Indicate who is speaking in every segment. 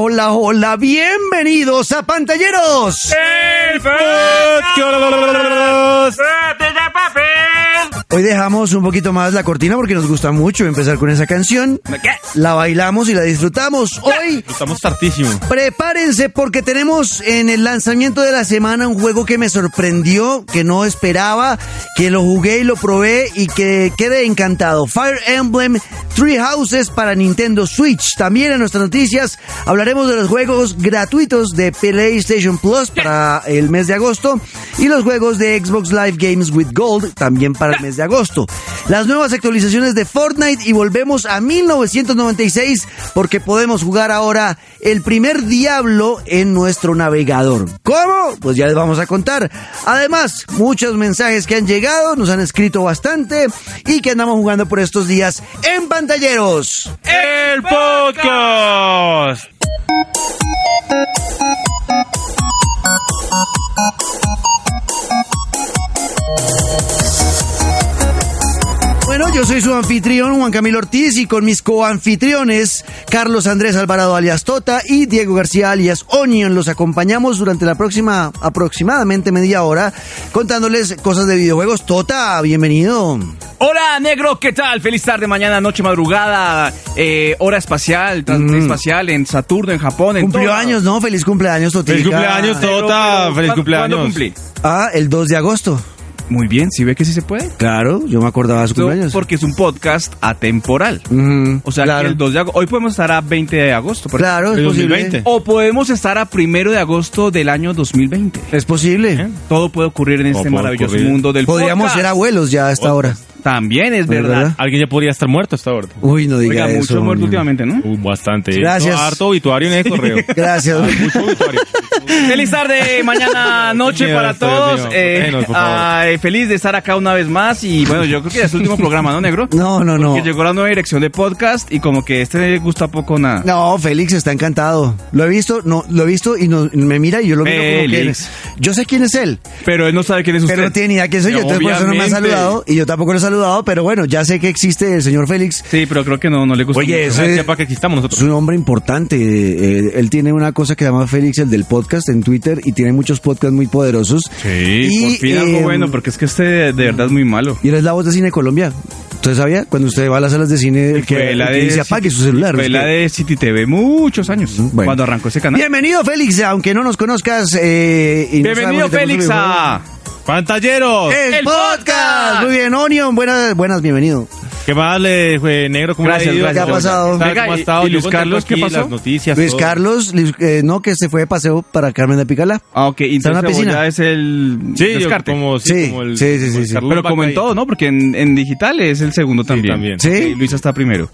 Speaker 1: Hola, bienvenidos a Pantalleros.
Speaker 2: El podcast de papel.
Speaker 1: Hoy dejamos un poquito más la cortina porque nos gusta mucho empezar con esa canción.
Speaker 2: ¿Qué?
Speaker 1: La bailamos y la disfrutamos. Hoy
Speaker 2: Estamos hartísimo.
Speaker 1: Prepárense porque tenemos en el lanzamiento de la semana un juego que me sorprendió, que no esperaba, que lo jugué y lo probé y que quedé encantado. Fire Emblem Three Houses para Nintendo Switch. También en nuestras noticias hablaremos de los juegos gratuitos de PlayStation Plus para el mes de agosto y los juegos de Xbox Live Games with Gold también para el mes de agosto. Las nuevas actualizaciones de Fortnite y volvemos a 1996 porque podemos jugar ahora el primer diablo en nuestro navegador. ¿Cómo? Pues ya les vamos a contar. Además, muchos mensajes que han llegado, nos han escrito bastante y que andamos jugando por estos días en pantalleros.
Speaker 2: El podcast.
Speaker 1: Bueno, yo soy su anfitrión Juan Camilo Ortiz y con mis coanfitriones Carlos Andrés Alvarado alias Tota y Diego García alias Onion los acompañamos durante la próxima aproximadamente media hora contándoles cosas de videojuegos. Tota, bienvenido.
Speaker 3: Hola, negro, ¿qué tal? Feliz tarde, mañana, noche, madrugada, eh, hora espacial, transporte espacial en Saturno, en Japón, en
Speaker 1: Mm. Cumplió
Speaker 3: todo.
Speaker 1: años, ¿no? Feliz cumpleaños, Totica.
Speaker 2: Feliz cumpleaños,
Speaker 3: Negro,
Speaker 2: Tota.
Speaker 3: pero
Speaker 2: Feliz
Speaker 3: ¿cuándo-
Speaker 2: cumpleaños.
Speaker 3: ¿Cuándo cumplí?
Speaker 1: Ah, el 2 de agosto.
Speaker 3: Muy bien, si ve que sí se puede.
Speaker 1: Claro, yo me acordaba de su
Speaker 3: Esto
Speaker 1: cumpleaños.
Speaker 3: Porque es un podcast atemporal.
Speaker 1: Ujú,
Speaker 3: O sea, que
Speaker 1: claro,
Speaker 3: el 2 de agosto. Hoy podemos estar a 20 de agosto. por
Speaker 1: claro, es
Speaker 2: el
Speaker 1: posible.
Speaker 2: 2020.
Speaker 3: ejemplo. O podemos estar a 1 de agosto del año 2020.
Speaker 1: Es posible.
Speaker 3: ¿Eh? Todo puede ocurrir en
Speaker 2: Todo
Speaker 3: este
Speaker 2: puede
Speaker 3: maravilloso
Speaker 2: ocurrir.
Speaker 3: mundo del
Speaker 1: Podríamos
Speaker 3: podcast.
Speaker 1: ser abuelos ya a esta hora.
Speaker 3: También es verdad.
Speaker 1: ¿Verdad?
Speaker 2: Alguien ya podría estar muerto hasta ahora.
Speaker 1: Uy, no diga
Speaker 3: Oiga,
Speaker 1: eso.
Speaker 3: mucho muerto
Speaker 1: Onion.
Speaker 3: últimamente, ¿no?
Speaker 2: Uh, bastante.
Speaker 1: Gracias.
Speaker 2: No, harto obituario en el correo.
Speaker 1: Gracias.
Speaker 2: Mucho obituario.
Speaker 3: Feliz tarde, mañana, noche
Speaker 2: Dios mío,
Speaker 3: para
Speaker 2: Dios
Speaker 3: todos.
Speaker 2: mío,
Speaker 3: Eh,
Speaker 2: protégenos, por favor.
Speaker 3: ay, feliz de estar acá una vez más. Y bueno, yo creo que ya es el último programa, ¿no, negro?
Speaker 1: No, no, no.
Speaker 3: Que llegó la nueva dirección de podcast y como que este le gusta poco nada.
Speaker 1: No, Félix está encantado. Lo he visto, no, lo he visto y no- me mira y yo lo miro como que
Speaker 3: Félix.
Speaker 1: yo sé quién es él,
Speaker 3: Pero él no sabe quién es usted.
Speaker 1: pero no tiene ni idea quién soy yo, entonces por eso no me ha
Speaker 2: Obviamente.
Speaker 1: saludado y yo tampoco lo he saludado, pero bueno, ya sé que existe el señor Félix.
Speaker 3: Sí, pero creo que no, no le gusta.
Speaker 1: Oye,
Speaker 3: mucho.
Speaker 1: ese-
Speaker 2: Sepa que aquí estamos
Speaker 1: Es
Speaker 2: nosotros.
Speaker 1: un hombre importante. eh, él tiene una cosa que se llama Félix, el del podcast en Twitter, y tiene muchos podcasts muy poderosos.
Speaker 2: Sí,
Speaker 1: Y,
Speaker 3: por fin algo
Speaker 1: eh,
Speaker 3: bueno, porque es que este de verdad es muy malo.
Speaker 1: Y él es la voz de Cine Colombia. ¿Usted sabía? Cuando usted va a las salas de cine, el que,
Speaker 3: Fue
Speaker 1: el
Speaker 3: la
Speaker 1: que
Speaker 3: de
Speaker 1: dice
Speaker 3: City-
Speaker 1: apague su celular.
Speaker 3: Fue la
Speaker 1: usted.
Speaker 3: de City TV muchos años,
Speaker 1: Bueno.
Speaker 3: cuando arrancó ese canal.
Speaker 1: Bienvenido, Félix, aunque no nos conozcas. eh, y no
Speaker 3: Bienvenido,
Speaker 1: sabemos de
Speaker 3: Félix,
Speaker 1: nosotros,
Speaker 3: a...
Speaker 2: Pantalleros.
Speaker 1: El,
Speaker 3: ¡El
Speaker 1: podcast.
Speaker 3: podcast!
Speaker 1: Muy bien, Onion, buenas, buenas, bienvenido.
Speaker 2: ¿Qué más, le, fue, negro? ¿Cómo
Speaker 3: Gracias,
Speaker 2: le ha ido?
Speaker 3: gracias.
Speaker 1: ¿Qué ha pasado?
Speaker 2: ¿Sabe
Speaker 3: Venga,
Speaker 2: ¿Cómo ha
Speaker 3: y-
Speaker 2: estado?
Speaker 3: y Luis Carlos, ¿qué pasó?
Speaker 2: Las noticias,
Speaker 1: Luis
Speaker 2: todo.
Speaker 1: Carlos, Luis- eh, no, que se fue de paseo para Carmen de Picala.
Speaker 3: Ah, ok,
Speaker 1: Está en la
Speaker 3: entonces
Speaker 1: piscina.
Speaker 3: Cebolla es el
Speaker 2: Sí, yo
Speaker 3: descarte.
Speaker 2: como, sí,
Speaker 1: Sí,
Speaker 2: como el,
Speaker 1: sí, sí,
Speaker 2: como el
Speaker 1: sí, sí.
Speaker 2: Carlos
Speaker 3: Pero como en
Speaker 2: Bacay.
Speaker 3: todo, ¿no? Porque en, en digital es el segundo también.
Speaker 2: también.
Speaker 1: ¿Sí?
Speaker 3: Ok, Luisa está primero.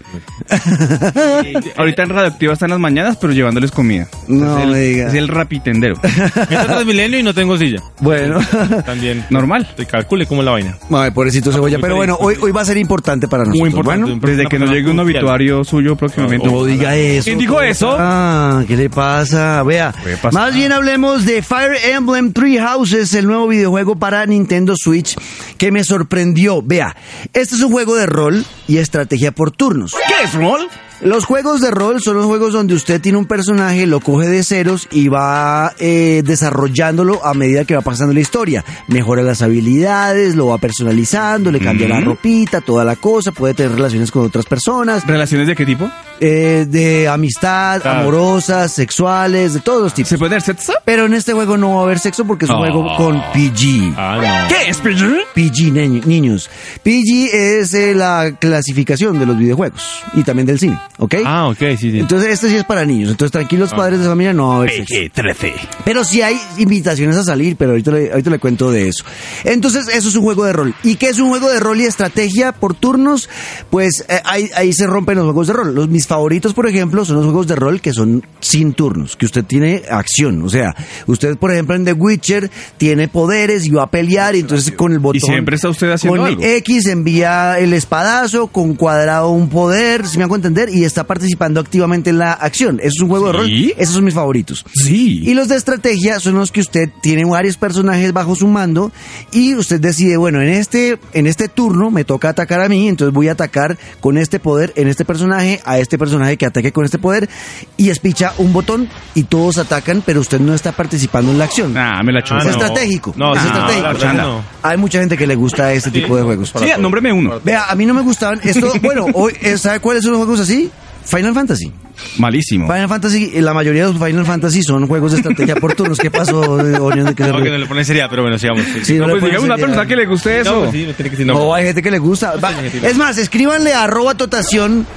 Speaker 3: Sí, Ahorita en Radioactiva está en las mañanas, pero llevándoles comida.
Speaker 1: No
Speaker 3: es el,
Speaker 1: me Pues diga.
Speaker 3: Es el rapitendero.
Speaker 2: Me está Transmilenio y no tengo silla.
Speaker 1: Bueno,
Speaker 2: También.
Speaker 3: Normal.
Speaker 2: Te calcule cómo es la vaina.
Speaker 1: Ay, pobrecito
Speaker 3: Ah,
Speaker 1: cebolla.
Speaker 2: muy
Speaker 1: Pero bueno, hoy, hoy va a ser importante para nosotros.
Speaker 2: Muy importante.
Speaker 1: Bueno,
Speaker 3: Desde que nos llegue un obituario suyo próximamente.
Speaker 2: Oh,
Speaker 1: no diga eso.
Speaker 3: ¿Quién dijo eso?
Speaker 1: Ah, ¿qué le pasa? Vea,
Speaker 3: ¿Qué pasa?
Speaker 1: más bien hablemos de Fire Emblem Three Houses, el nuevo videojuego para Nintendo Switch que me sorprendió. Vea, este es un juego de rol y estrategia por turnos.
Speaker 3: ¿Qué es rol?
Speaker 1: Los juegos de rol son los juegos donde usted tiene un personaje, lo coge de ceros y va eh, desarrollándolo a medida que va pasando la historia. Mejora las habilidades, lo va personalizando, le cambia la ropita, toda la cosa, puede tener relaciones con otras
Speaker 2: oh.
Speaker 1: personas,
Speaker 3: ¿Relaciones de qué tipo?
Speaker 1: eh, de amistad,
Speaker 2: Claro.
Speaker 1: amorosas, sexuales, de todos los tipos.
Speaker 3: ¿Se puede tener sexo?
Speaker 1: Pero en este juego no va a haber sexo porque es un
Speaker 2: Ah.
Speaker 1: juego con PG.
Speaker 2: Ah, no.
Speaker 3: ¿Qué es PG?
Speaker 1: PG ni- niños. PG es eh, la clasificación de los videojuegos y también del cine, ¿ok?
Speaker 2: Ah, ok, sí, sí.
Speaker 1: Entonces, este sí es para niños. Entonces, tranquilos padres de familia, no va a haber sexo.
Speaker 3: PG-13.
Speaker 1: Pero sí hay invitaciones a salir, pero ahorita le, ahorita le cuento de eso. Entonces, eso es un juego de rol. ¿Y qué es un juego de rol y estrategia por turnos? Pues eh, ahí, ahí se rompen los juegos de rol. Los, mis favoritos, por ejemplo, son los juegos de rol que son sin turnos, que usted tiene acción. O sea, usted, por ejemplo, en The Witcher tiene poderes y va a pelear, y entonces con el botón.
Speaker 3: siempre está usted haciendo
Speaker 1: con
Speaker 3: algo.
Speaker 1: X envía el espadazo, con cuadrado un poder, si me hago entender, y y está participando activamente en la acción. Eso es un juego de
Speaker 2: ¿Sí?
Speaker 1: rol. Esos son mis favoritos.
Speaker 2: Sí.
Speaker 1: Y los de estrategia son los que usted tiene varios personajes bajo su mando y usted decide, bueno, en este, en este turno me toca atacar a mí, entonces voy a atacar con este poder en este personaje, a este personaje que ataque con este poder y espicha un botón y todos atacan, pero usted no está participando en la acción.
Speaker 3: Ah, me la chupé.
Speaker 1: Es estratégico.
Speaker 2: No,
Speaker 1: es
Speaker 2: sí,
Speaker 1: estratégico.
Speaker 2: la verdad no.
Speaker 1: Hay mucha gente que le gusta este tipo de juegos.
Speaker 3: Sí, nómbreme uno.
Speaker 1: Vea, a mí no me gustaban. Esto, bueno, hoy, eh, ¿sabe cuáles son los juegos así? Final Fantasy.
Speaker 3: Malísimo.
Speaker 1: Final Fantasy, eh, la mayoría de los Final Fantasy son juegos de estrategia por turnos. ¿Qué pasó, eh, Orión, de que se
Speaker 2: No, que
Speaker 1: ríe?
Speaker 2: no le ponen seriedad, pero bueno, sigamos. Sí,
Speaker 1: Sí,
Speaker 2: sí.
Speaker 1: no
Speaker 3: No,
Speaker 1: le
Speaker 3: pues
Speaker 1: pueden
Speaker 3: digamos una
Speaker 1: enseñar.
Speaker 3: persona que le guste eso.
Speaker 2: No, sí, no tiene que decir
Speaker 1: No,
Speaker 2: nombre.
Speaker 1: hay gente que le gusta. Va, Es más, escríbanle a arroba totación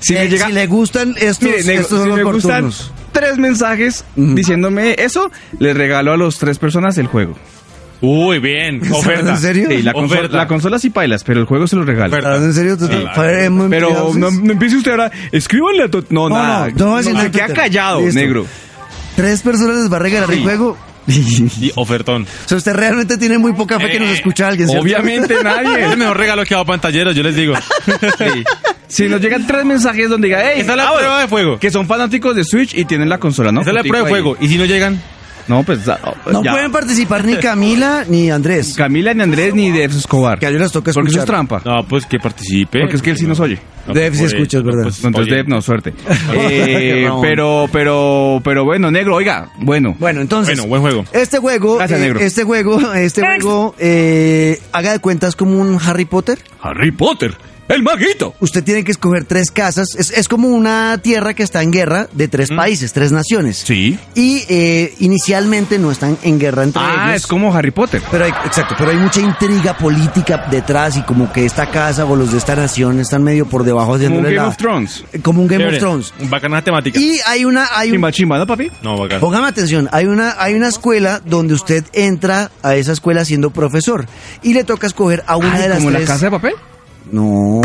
Speaker 3: Si
Speaker 1: eh,
Speaker 3: me llega-
Speaker 1: le gustan estos,
Speaker 3: Mire, nego-
Speaker 1: estos
Speaker 3: si
Speaker 1: juegos
Speaker 3: me
Speaker 1: por
Speaker 3: gustan
Speaker 1: turnos.
Speaker 3: tres mensajes
Speaker 1: Ujú.
Speaker 3: diciéndome eso, les regalo a los tres personas el juego.
Speaker 2: Uy, bien. Oferta.
Speaker 1: ¿En serio?
Speaker 3: Sí, la, consola,
Speaker 2: Oferta.
Speaker 3: la consola sí pailas, pero el juego se lo regalo.
Speaker 2: Oferta.
Speaker 1: Ah, ¿En serio? Fire Emblem
Speaker 3: Pero
Speaker 1: Three
Speaker 3: no,
Speaker 1: Houses.
Speaker 3: no empiece usted ahora. Escríbanle a tu. No,
Speaker 1: No,
Speaker 3: nada.
Speaker 1: no, no voy a decir nada
Speaker 3: se
Speaker 1: en
Speaker 3: queda
Speaker 1: Twitter.
Speaker 3: callado,
Speaker 1: Listo.
Speaker 3: negro.
Speaker 1: Tres personas les va a regalar el
Speaker 2: Sí.
Speaker 1: juego.
Speaker 2: Y ofertón.
Speaker 1: O sea, usted realmente tiene muy poca fe que nos
Speaker 2: Eh,
Speaker 1: escucha alguien, ¿cierto?
Speaker 3: Obviamente
Speaker 2: Es
Speaker 3: nadie.
Speaker 2: el mejor regalo que ha dado pantalleros, yo les digo.
Speaker 3: Sí. Si nos llegan tres mensajes donde diga, hey,
Speaker 2: Esa es la prueba de fuego.
Speaker 3: Que son fanáticos de Switch y tienen la consola, Ah, ¿no?
Speaker 2: Esa es la
Speaker 3: Fotico
Speaker 2: prueba de
Speaker 3: ahí.
Speaker 2: fuego. Y si no llegan,
Speaker 3: No, pues. ah, pues,
Speaker 1: No
Speaker 3: ya.
Speaker 1: pueden participar ni Camila ni Andrés.
Speaker 3: Camila, ni Andrés, ni de Escobar.
Speaker 1: Que a ellos les toca
Speaker 3: Porque eso es
Speaker 1: escuchar.
Speaker 3: trampa.
Speaker 2: no, pues que participe.
Speaker 3: Porque es que él sí nos oye.
Speaker 1: Dev sí escucha, es verdad.
Speaker 3: Entonces,
Speaker 2: oye.
Speaker 3: Dev, no, suerte. Eh,
Speaker 1: Qué mamón.
Speaker 3: pero, pero, pero bueno, negro, oiga, bueno.
Speaker 1: Bueno, entonces.
Speaker 2: Bueno, buen juego.
Speaker 1: Este juego,
Speaker 3: Gracias,
Speaker 1: eh,
Speaker 3: negro.
Speaker 1: este juego, este juego, eh, haga de cuentas como un Harry Potter.
Speaker 3: Harry Potter, el maguito.
Speaker 1: Usted tiene que escoger tres casas. Es, es como una tierra que está en guerra de tres países, tres naciones.
Speaker 3: Sí.
Speaker 1: Y eh, inicialmente no están en guerra entre ellos.
Speaker 3: Ah, es como Harry Potter.
Speaker 1: Pero hay, exacto, pero hay mucha intriga política detrás y como que esta casa o los de esta nación están medio por debajo de
Speaker 3: Como un Game of Thrones.
Speaker 1: Como un Game
Speaker 2: Chévere.
Speaker 1: of Thrones.
Speaker 2: Bacana temática.
Speaker 1: Y hay una, hay un,
Speaker 3: Chimba, chimba, ¿no, papi?
Speaker 2: No, bacana.
Speaker 1: Póngame atención, hay una, hay una escuela donde usted entra a esa escuela siendo profesor y le toca escoger a una
Speaker 3: Ay,
Speaker 1: de las
Speaker 3: ¿Como la
Speaker 1: tres.
Speaker 3: casa de papel?
Speaker 1: No.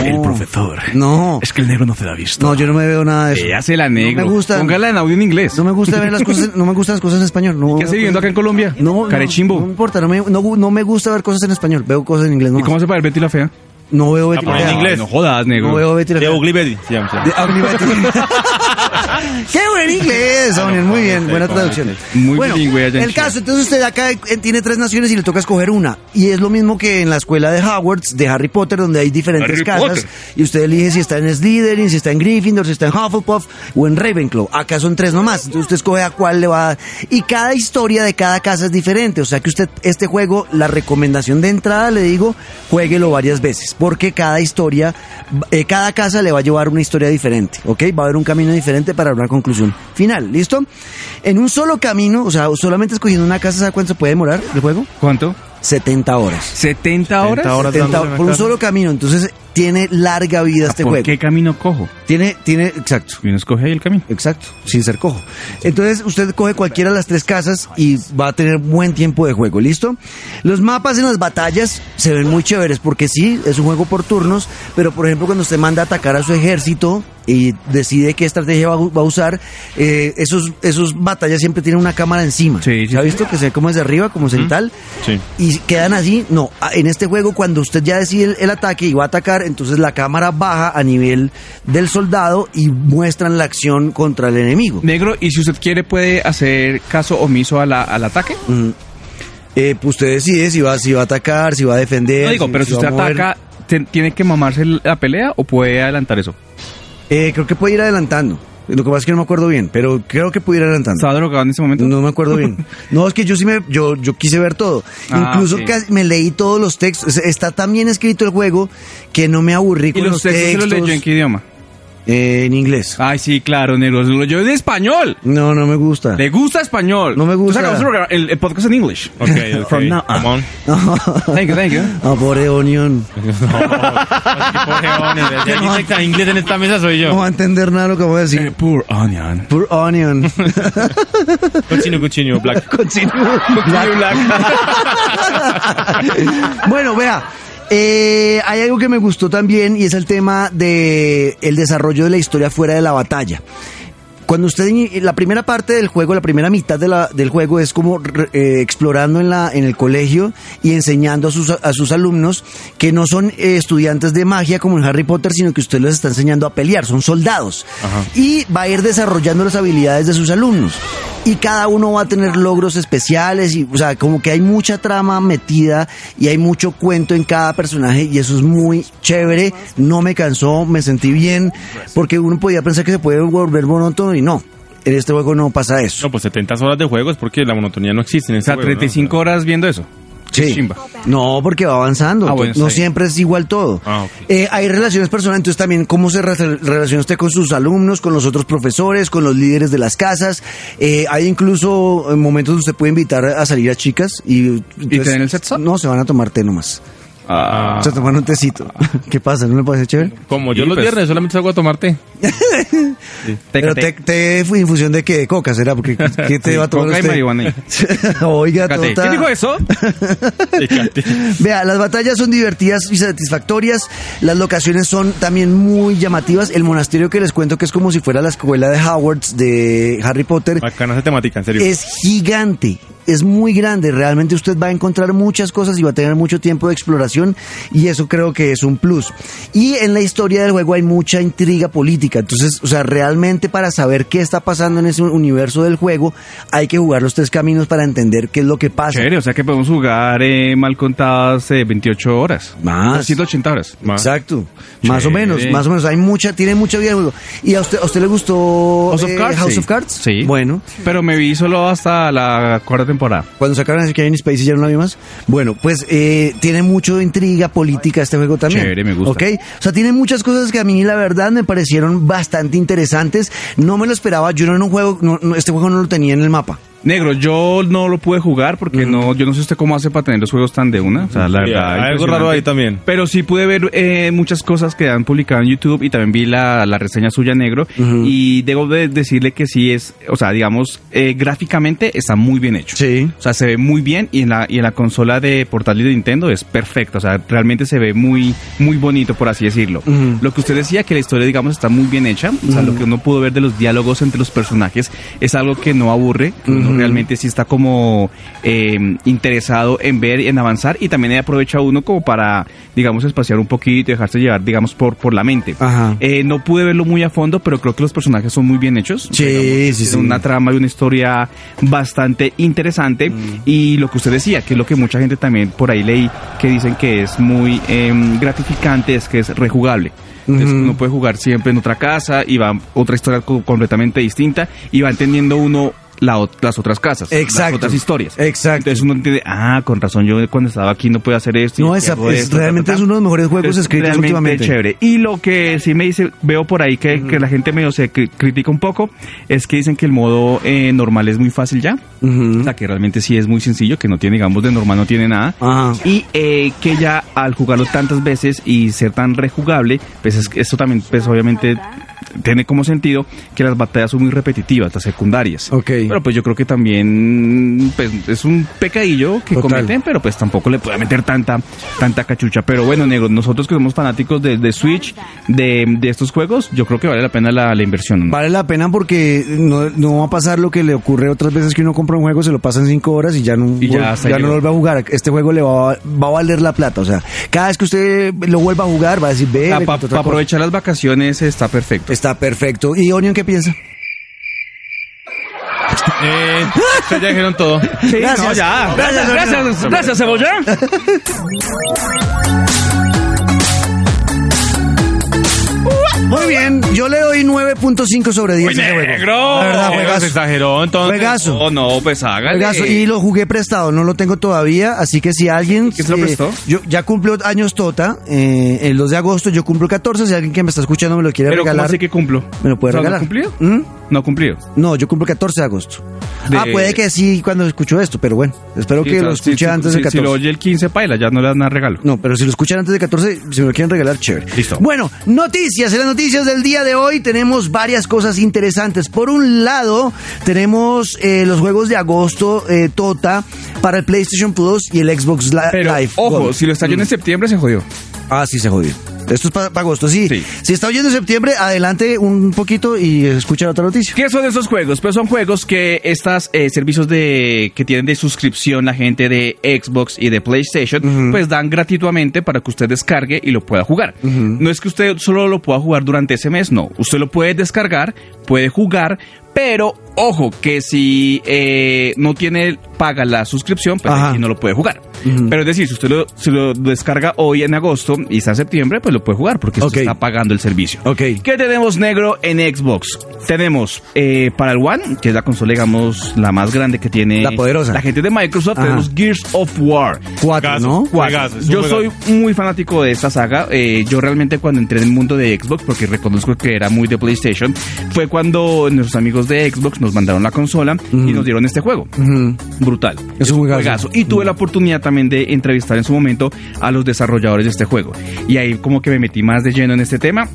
Speaker 1: No.
Speaker 3: que el negro no se la ha visto.
Speaker 1: No, yo no me veo nada de eso.
Speaker 3: Eh, hace la negro.
Speaker 1: No me gusta.
Speaker 3: Póngala en audio en inglés.
Speaker 1: No me gusta ver las cosas, no me gustan las cosas en español. No,
Speaker 3: ¿Qué hace viviendo acá en Colombia?
Speaker 1: No, no,
Speaker 3: Carechimbo.
Speaker 1: No, me importa, no me, no, no me gusta ver cosas en español. Veo cosas en inglés. No,
Speaker 3: ¿Y cómo se para el Betty la fea?
Speaker 1: no veo Betty
Speaker 2: Ah,
Speaker 1: la
Speaker 2: en
Speaker 1: Fea.
Speaker 2: inglés.
Speaker 3: No jodas, negro.
Speaker 1: No veo Betty la
Speaker 2: De
Speaker 1: Fea.
Speaker 2: Ugly Betty. se llama, se llama.
Speaker 1: De Ugly Betty. Qué buen
Speaker 3: Ah,
Speaker 1: inglés, Onion, muy bien, buena traducción.
Speaker 3: Muy
Speaker 1: bueno,
Speaker 3: bilingüe allá en
Speaker 1: El
Speaker 3: Chile.
Speaker 1: caso, entonces usted acá eh, tiene tres naciones y le toca escoger una. Y es lo mismo que en la escuela de Hogwarts, de Harry Potter, donde hay diferentes
Speaker 3: Harry
Speaker 1: casas.
Speaker 3: Potter.
Speaker 1: Y usted elige si está en Slytherin, si está en Gryffindor, si está en Hufflepuff o en Ravenclaw. Acá son tres nomás. Entonces usted escoge a cuál le va a... Y cada historia de cada casa es diferente. O sea que usted, este juego, la recomendación de entrada, le digo, jueguelo varias veces. Porque cada historia, eh, cada casa le va a llevar una historia diferente. ¿Ok? Va a haber un camino diferente para una conclusión final. ¿Listo? En un solo camino, o sea, solamente escogiendo una casa, ¿sabe cuánto se puede demorar el juego?
Speaker 3: ¿Cuánto?
Speaker 1: 70 horas.
Speaker 3: ¿70 horas?
Speaker 2: 70 horas.
Speaker 1: 70
Speaker 2: dándole
Speaker 1: por un
Speaker 2: matar.
Speaker 1: solo camino. Entonces tiene larga vida este
Speaker 3: ¿Por
Speaker 1: juego.
Speaker 3: qué camino cojo?
Speaker 1: Tiene, tiene, exacto.
Speaker 3: Y uno escoge ahí el camino.
Speaker 1: Exacto, sin ser cojo. Entonces usted coge cualquiera de las tres casas y va a tener buen tiempo de juego, ¿listo? Los mapas en las batallas se ven muy chéveres porque sí, es un juego por turnos, pero por ejemplo cuando usted manda a atacar a su ejército y decide qué estrategia va, a u- va a usar, eh, esos, esos batallas siempre tienen una cámara encima.
Speaker 3: Sí, sí,
Speaker 1: ¿Se ha visto que se ve como desde arriba, como central?
Speaker 2: Sí.
Speaker 1: y quedan así. No, a- en este juego cuando usted ya decide el, el ataque y va a atacar, entonces la cámara baja a nivel del soldado y muestran la acción contra el enemigo.
Speaker 3: Negro, y si usted quiere, puede hacer caso omiso a la- al ataque.
Speaker 1: Mm. Eh, pues usted decide si va, si va a atacar, si va a defender.
Speaker 3: No digo, pero si usted
Speaker 1: va a mover.
Speaker 3: ataca, te- ¿tiene que mamarse la pelea o puede adelantar eso?
Speaker 1: Eh, creo que puede ir adelantando. Lo que pasa es que no me acuerdo bien, pero creo que puede ir adelantando.
Speaker 3: ¿Estaba drogado en ese momento?
Speaker 1: No me acuerdo bien. No, es que yo sí me, yo, yo quise ver todo.
Speaker 3: Ah,
Speaker 1: Incluso
Speaker 3: ok.
Speaker 1: casi me leí todos los textos. O sea, Está tan bien escrito el juego que no me aburrí
Speaker 3: ¿Y
Speaker 1: con
Speaker 3: los textos se los leyó en Ah. qué idioma?
Speaker 1: Eh, en inglés.
Speaker 3: Ay, sí, claro, negro. Se los leyó en español.
Speaker 1: No, no me gusta.
Speaker 3: Le gusta español.
Speaker 1: No me gusta.
Speaker 3: Entonces acabamos de programar el, el podcast en English.
Speaker 2: Ok, ok.
Speaker 3: From now on.
Speaker 2: Come on.
Speaker 3: Thank you, thank you.
Speaker 1: Ah, pobre Onion.
Speaker 2: No, es que inglés en esta mesa soy
Speaker 1: No
Speaker 2: yo.
Speaker 1: va a entender nada lo que voy a decir.
Speaker 3: poor onion.
Speaker 1: Poor Onion.
Speaker 2: Continue, continue, Black.
Speaker 1: Continúo. bueno, vea. eh, hay algo que me gustó también y es el tema de el desarrollo de la historia fuera de la batalla. Cuando usted, in- la primera parte del juego, la primera mitad de la- del juego es como re- eh, explorando en, la, en el colegio y enseñando a sus, a sus alumnos que no son eh, estudiantes de magia como en Harry Potter, sino que usted les está enseñando a pelear, son soldados.
Speaker 2: Ajá.
Speaker 1: Y va a ir desarrollando las habilidades de sus alumnos. Y cada uno va a tener logros especiales, y, o sea, como que hay mucha trama metida y hay mucho cuento en cada personaje y eso es muy chévere. No me cansó, me sentí bien, porque uno podía pensar que se puede volver monótono y no. En este juego no pasa eso.
Speaker 2: No, pues 70 horas de juego es porque la monotonía no existe. En
Speaker 3: O sea, 35 horas viendo eso.
Speaker 1: Sí.
Speaker 3: chimba.
Speaker 1: No, porque va avanzando.
Speaker 3: Ah, bueno,
Speaker 1: no
Speaker 3: sí.
Speaker 1: siempre es igual todo.
Speaker 2: Ah, ok.
Speaker 1: Eh, hay relaciones personales, entonces también cómo se re- relaciona usted con sus alumnos, con los otros profesores, con los líderes de las casas. Eh, hay incluso eh, momentos donde usted puede invitar a salir a chicas y... entonces-
Speaker 3: tener el sexo?
Speaker 1: No, se van a tomar té nomás.
Speaker 2: Ah.
Speaker 1: Se toman un tecito. ¿Qué pasa? ¿No me parece chévere?
Speaker 2: Como yo
Speaker 3: Y
Speaker 2: los
Speaker 3: pues-
Speaker 2: viernes solamente salgo a tomarte.
Speaker 1: Pero té, té fue infusión de qué? De coca, ¿será? Porque ¿qué te va a tomar
Speaker 3: Coca y
Speaker 1: usted?
Speaker 3: marihuana.
Speaker 1: Oiga,
Speaker 2: Cate.
Speaker 1: tota.
Speaker 3: ¿Quién dijo eso?
Speaker 1: Vea, las batallas son divertidas y satisfactorias. Las locaciones son también muy llamativas. El monasterio que les cuento que es como si fuera la escuela de Howards de Harry Potter
Speaker 2: Bacana esa temática, en serio.
Speaker 1: es gigante. Es muy grande, realmente usted va a encontrar muchas cosas y va a tener mucho tiempo de exploración y eso creo que es un plus. Y en la historia del juego hay mucha intriga política, entonces, o sea, realmente para saber qué está pasando en ese universo del juego hay que jugar los tres caminos para entender qué es lo que pasa.
Speaker 3: Chévere, o sea que podemos jugar eh, mal contadas eh, 28 horas.
Speaker 1: Más.
Speaker 3: 180 horas.
Speaker 2: Más.
Speaker 1: Exacto. Más o
Speaker 3: Chévere.
Speaker 1: menos, más o menos. Hay mucha, tiene mucha vida el juego. ¿Y a usted, a usted le gustó
Speaker 3: House of
Speaker 1: eh,
Speaker 3: Cards,
Speaker 1: House
Speaker 3: sí.
Speaker 1: of Cards?
Speaker 3: Sí.
Speaker 1: Bueno,
Speaker 3: Pero me vi solo hasta la cuarta temporada.
Speaker 1: cuando sacaron ese Kevin Space y ya no la vi más. Bueno, pues eh, tiene mucho intriga política este juego también.
Speaker 3: Chévere, me gusta.
Speaker 1: ¿Ok? O sea, tiene muchas cosas que a mí la verdad me parecieron bastante interesantes. No me lo esperaba. Yo no en un juego, no- no, este juego no lo tenía en el mapa.
Speaker 3: Negro, yo no lo pude jugar porque no, yo no sé usted cómo hace para tener los juegos tan de una. O sea, la
Speaker 2: Sí,
Speaker 3: verdad,
Speaker 2: hay algo
Speaker 3: impresionante.
Speaker 2: raro ahí también.
Speaker 3: Pero sí pude ver eh, muchas cosas que han publicado en YouTube y también vi la, la reseña suya, Negro. Y debo de decirle que sí es, o sea, digamos, eh, gráficamente está muy bien hecho.
Speaker 1: Sí.
Speaker 3: O sea, se ve muy bien y en la, y en la consola de portátil de Nintendo es perfecta. O sea, realmente se ve muy, muy bonito, por así decirlo.
Speaker 1: Ujú.
Speaker 3: Lo que usted decía, que la historia, digamos, está muy bien hecha. O sea, lo que uno pudo ver de los diálogos entre los personajes es algo que no aburre. que uno realmente sí está como eh, interesado en ver y en avanzar. Y también aprovecha uno como para, digamos, espaciar un poquito y dejarse llevar, digamos, por, por la mente.
Speaker 1: Ajá.
Speaker 3: Eh, no pude verlo muy a fondo, pero creo que los personajes son muy bien hechos.
Speaker 1: Sí,
Speaker 3: Digamos,
Speaker 1: sí, sí.
Speaker 3: tienen Una trama y una historia bastante interesante.
Speaker 1: Mm.
Speaker 3: Y lo que usted decía, que es lo que mucha gente también por ahí leí, que dicen que es muy em, gratificante, es que es rejugable. Entonces
Speaker 1: Ujú.
Speaker 3: uno puede jugar siempre en otra casa y va otra historia co- completamente distinta y va entendiendo uno la ot- las otras casas, las
Speaker 1: Exacto.
Speaker 3: otras historias.
Speaker 1: Exacto.
Speaker 3: Entonces uno entiende, ah, con razón, yo cuando estaba aquí no puedo hacer esto. y
Speaker 1: No, esa-
Speaker 3: hago
Speaker 1: es-
Speaker 3: esto, ta, ta,
Speaker 1: realmente
Speaker 3: ta".
Speaker 1: es uno de los mejores juegos escritos
Speaker 3: realmente
Speaker 1: últimamente.
Speaker 3: chévere. Y lo que sí me dice, veo por ahí que, que la gente medio se cri- critica un poco, es que dicen que el modo eh, normal es muy fácil ya.
Speaker 1: Ujú.
Speaker 3: O sea, que realmente sí es muy sencillo, que no tiene, digamos, de normal no tiene nada.
Speaker 1: Ajá.
Speaker 3: Y eh, que ya al jugarlo tantas veces y ser tan rejugable, pues es, esto también, pues obviamente tiene como sentido que las batallas son muy repetitivas, las secundarias.
Speaker 1: Ok.
Speaker 3: Pero pues yo creo que también pues, es un pecadillo que
Speaker 1: Total.
Speaker 3: cometen, pero pues tampoco le puede meter tanta tanta cachucha. Pero bueno, negro, nosotros que somos fanáticos de, de Switch, de, de estos juegos, yo creo que vale la pena la, la inversión. ¿no?
Speaker 1: Vale la pena porque no, no va a pasar lo que le ocurre otras veces que uno compra un juego, se lo pasan cinco horas y ya no,
Speaker 3: Y ya hasta
Speaker 1: no
Speaker 3: llegó.
Speaker 1: lo vuelve a jugar. Este juego le va, a- va a valer la plata. O sea, cada vez que usted lo vuelva a jugar, va a decir, ve, le
Speaker 3: Para
Speaker 1: encontré otra cosa".
Speaker 3: Ah, aprovechar las vacaciones está perfecto.
Speaker 1: Está perfecto. ¿Y Onion qué piensa?
Speaker 2: Eh, ustedes ya dijeron todo.
Speaker 3: Sí,
Speaker 1: Gracias.
Speaker 3: no, ya.
Speaker 1: Gracias,
Speaker 3: Gracias, gracias, gracias, Cebolla.
Speaker 1: Muy bien, yo le doy 9.5 sobre 10. a ese juego.
Speaker 3: negro.
Speaker 1: La verdad,
Speaker 2: Pero se
Speaker 1: juegazo.
Speaker 2: exageró, entonces.
Speaker 1: Juegazo.
Speaker 3: No, no, pues hágale.
Speaker 1: Juegazo. Y lo jugué prestado, no lo tengo todavía, así que si alguien...
Speaker 3: quién se lo
Speaker 1: eh,
Speaker 3: prestó?
Speaker 1: yo ya cumplo años Tota, eh, el 2 de agosto yo cumplo 14, si alguien que me está escuchando me lo quiere
Speaker 3: Pero ¿cómo
Speaker 1: regalar...
Speaker 3: así que cumplo?
Speaker 1: ¿Me lo puede
Speaker 3: O sea,
Speaker 1: regalar?
Speaker 3: ¿No cumplido?
Speaker 1: ¿Mm?
Speaker 3: No cumplido.
Speaker 1: No, yo cumplo el 14 de agosto.
Speaker 3: De-
Speaker 1: Ah, puede que sí cuando escucho esto, pero bueno, espero
Speaker 3: Sí,
Speaker 1: que
Speaker 3: o sea,
Speaker 1: lo
Speaker 3: si-
Speaker 1: escuche
Speaker 3: si-
Speaker 1: antes
Speaker 3: si,
Speaker 1: del
Speaker 3: Si
Speaker 1: 14.
Speaker 3: lo oye el 15, paila, ya no le dan nada regalo.
Speaker 1: No, pero si lo escuchan antes del 14, si me lo quieren regalar, chévere.
Speaker 3: Listo.
Speaker 1: Bueno, noticias. En las noticias del día de hoy tenemos varias cosas interesantes. Por un lado, tenemos eh, los juegos de agosto eh, Tota para el PlayStation Plus y el Xbox Li-
Speaker 3: Pero,
Speaker 1: Live. Mm.
Speaker 3: ojo,
Speaker 1: Gold.
Speaker 3: si lo estalló en septiembre, se jodió.
Speaker 1: Ah, sí, se jodió. Esto es para agosto, sí.
Speaker 3: Sí.
Speaker 1: Si está oyendo en septiembre, adelante un poquito y escucha la otra noticia.
Speaker 3: ¿Qué son esos juegos? Pues son juegos que estos servicios de que tienen de suscripción la gente de Xbox y de PlayStation, pues dan gratuitamente para que usted descargue y lo pueda jugar. No es que usted solo lo pueda jugar durante ese mes, no. Usted lo puede descargar, puede jugar, pero ojo que si eh, no tiene paga la suscripción, pues
Speaker 1: Ajá.
Speaker 3: aquí no lo puede jugar. Pero es decir, si usted lo, si lo descarga hoy en agosto y está en septiembre, pues lo puede jugar porque usted
Speaker 1: Ok.
Speaker 3: está pagando el servicio.
Speaker 1: Ok.
Speaker 3: ¿Qué tenemos negro en Xbox? Tenemos eh, para el One, que es la consola, digamos, la más grande que tiene.
Speaker 1: La poderosa.
Speaker 3: La gente de Microsoft,
Speaker 1: Ajá.
Speaker 3: tenemos Gears of War.
Speaker 1: Cuatro, ¿no?
Speaker 2: Juegazo, es un
Speaker 3: Yo soy
Speaker 2: juegazo.
Speaker 3: muy fanático de esta saga. Eh, yo realmente cuando entré en el mundo de Xbox, porque reconozco que era muy de PlayStation, fue cuando nuestros amigos de Xbox nos mandaron la consola y nos dieron este juego.
Speaker 1: Ujú.
Speaker 3: Brutal.
Speaker 1: Es un juegazo.
Speaker 3: Y tuve la oportunidad también de entrevistar en su momento a los desarrolladores de este juego. Y ahí como que me metí más de lleno en este tema.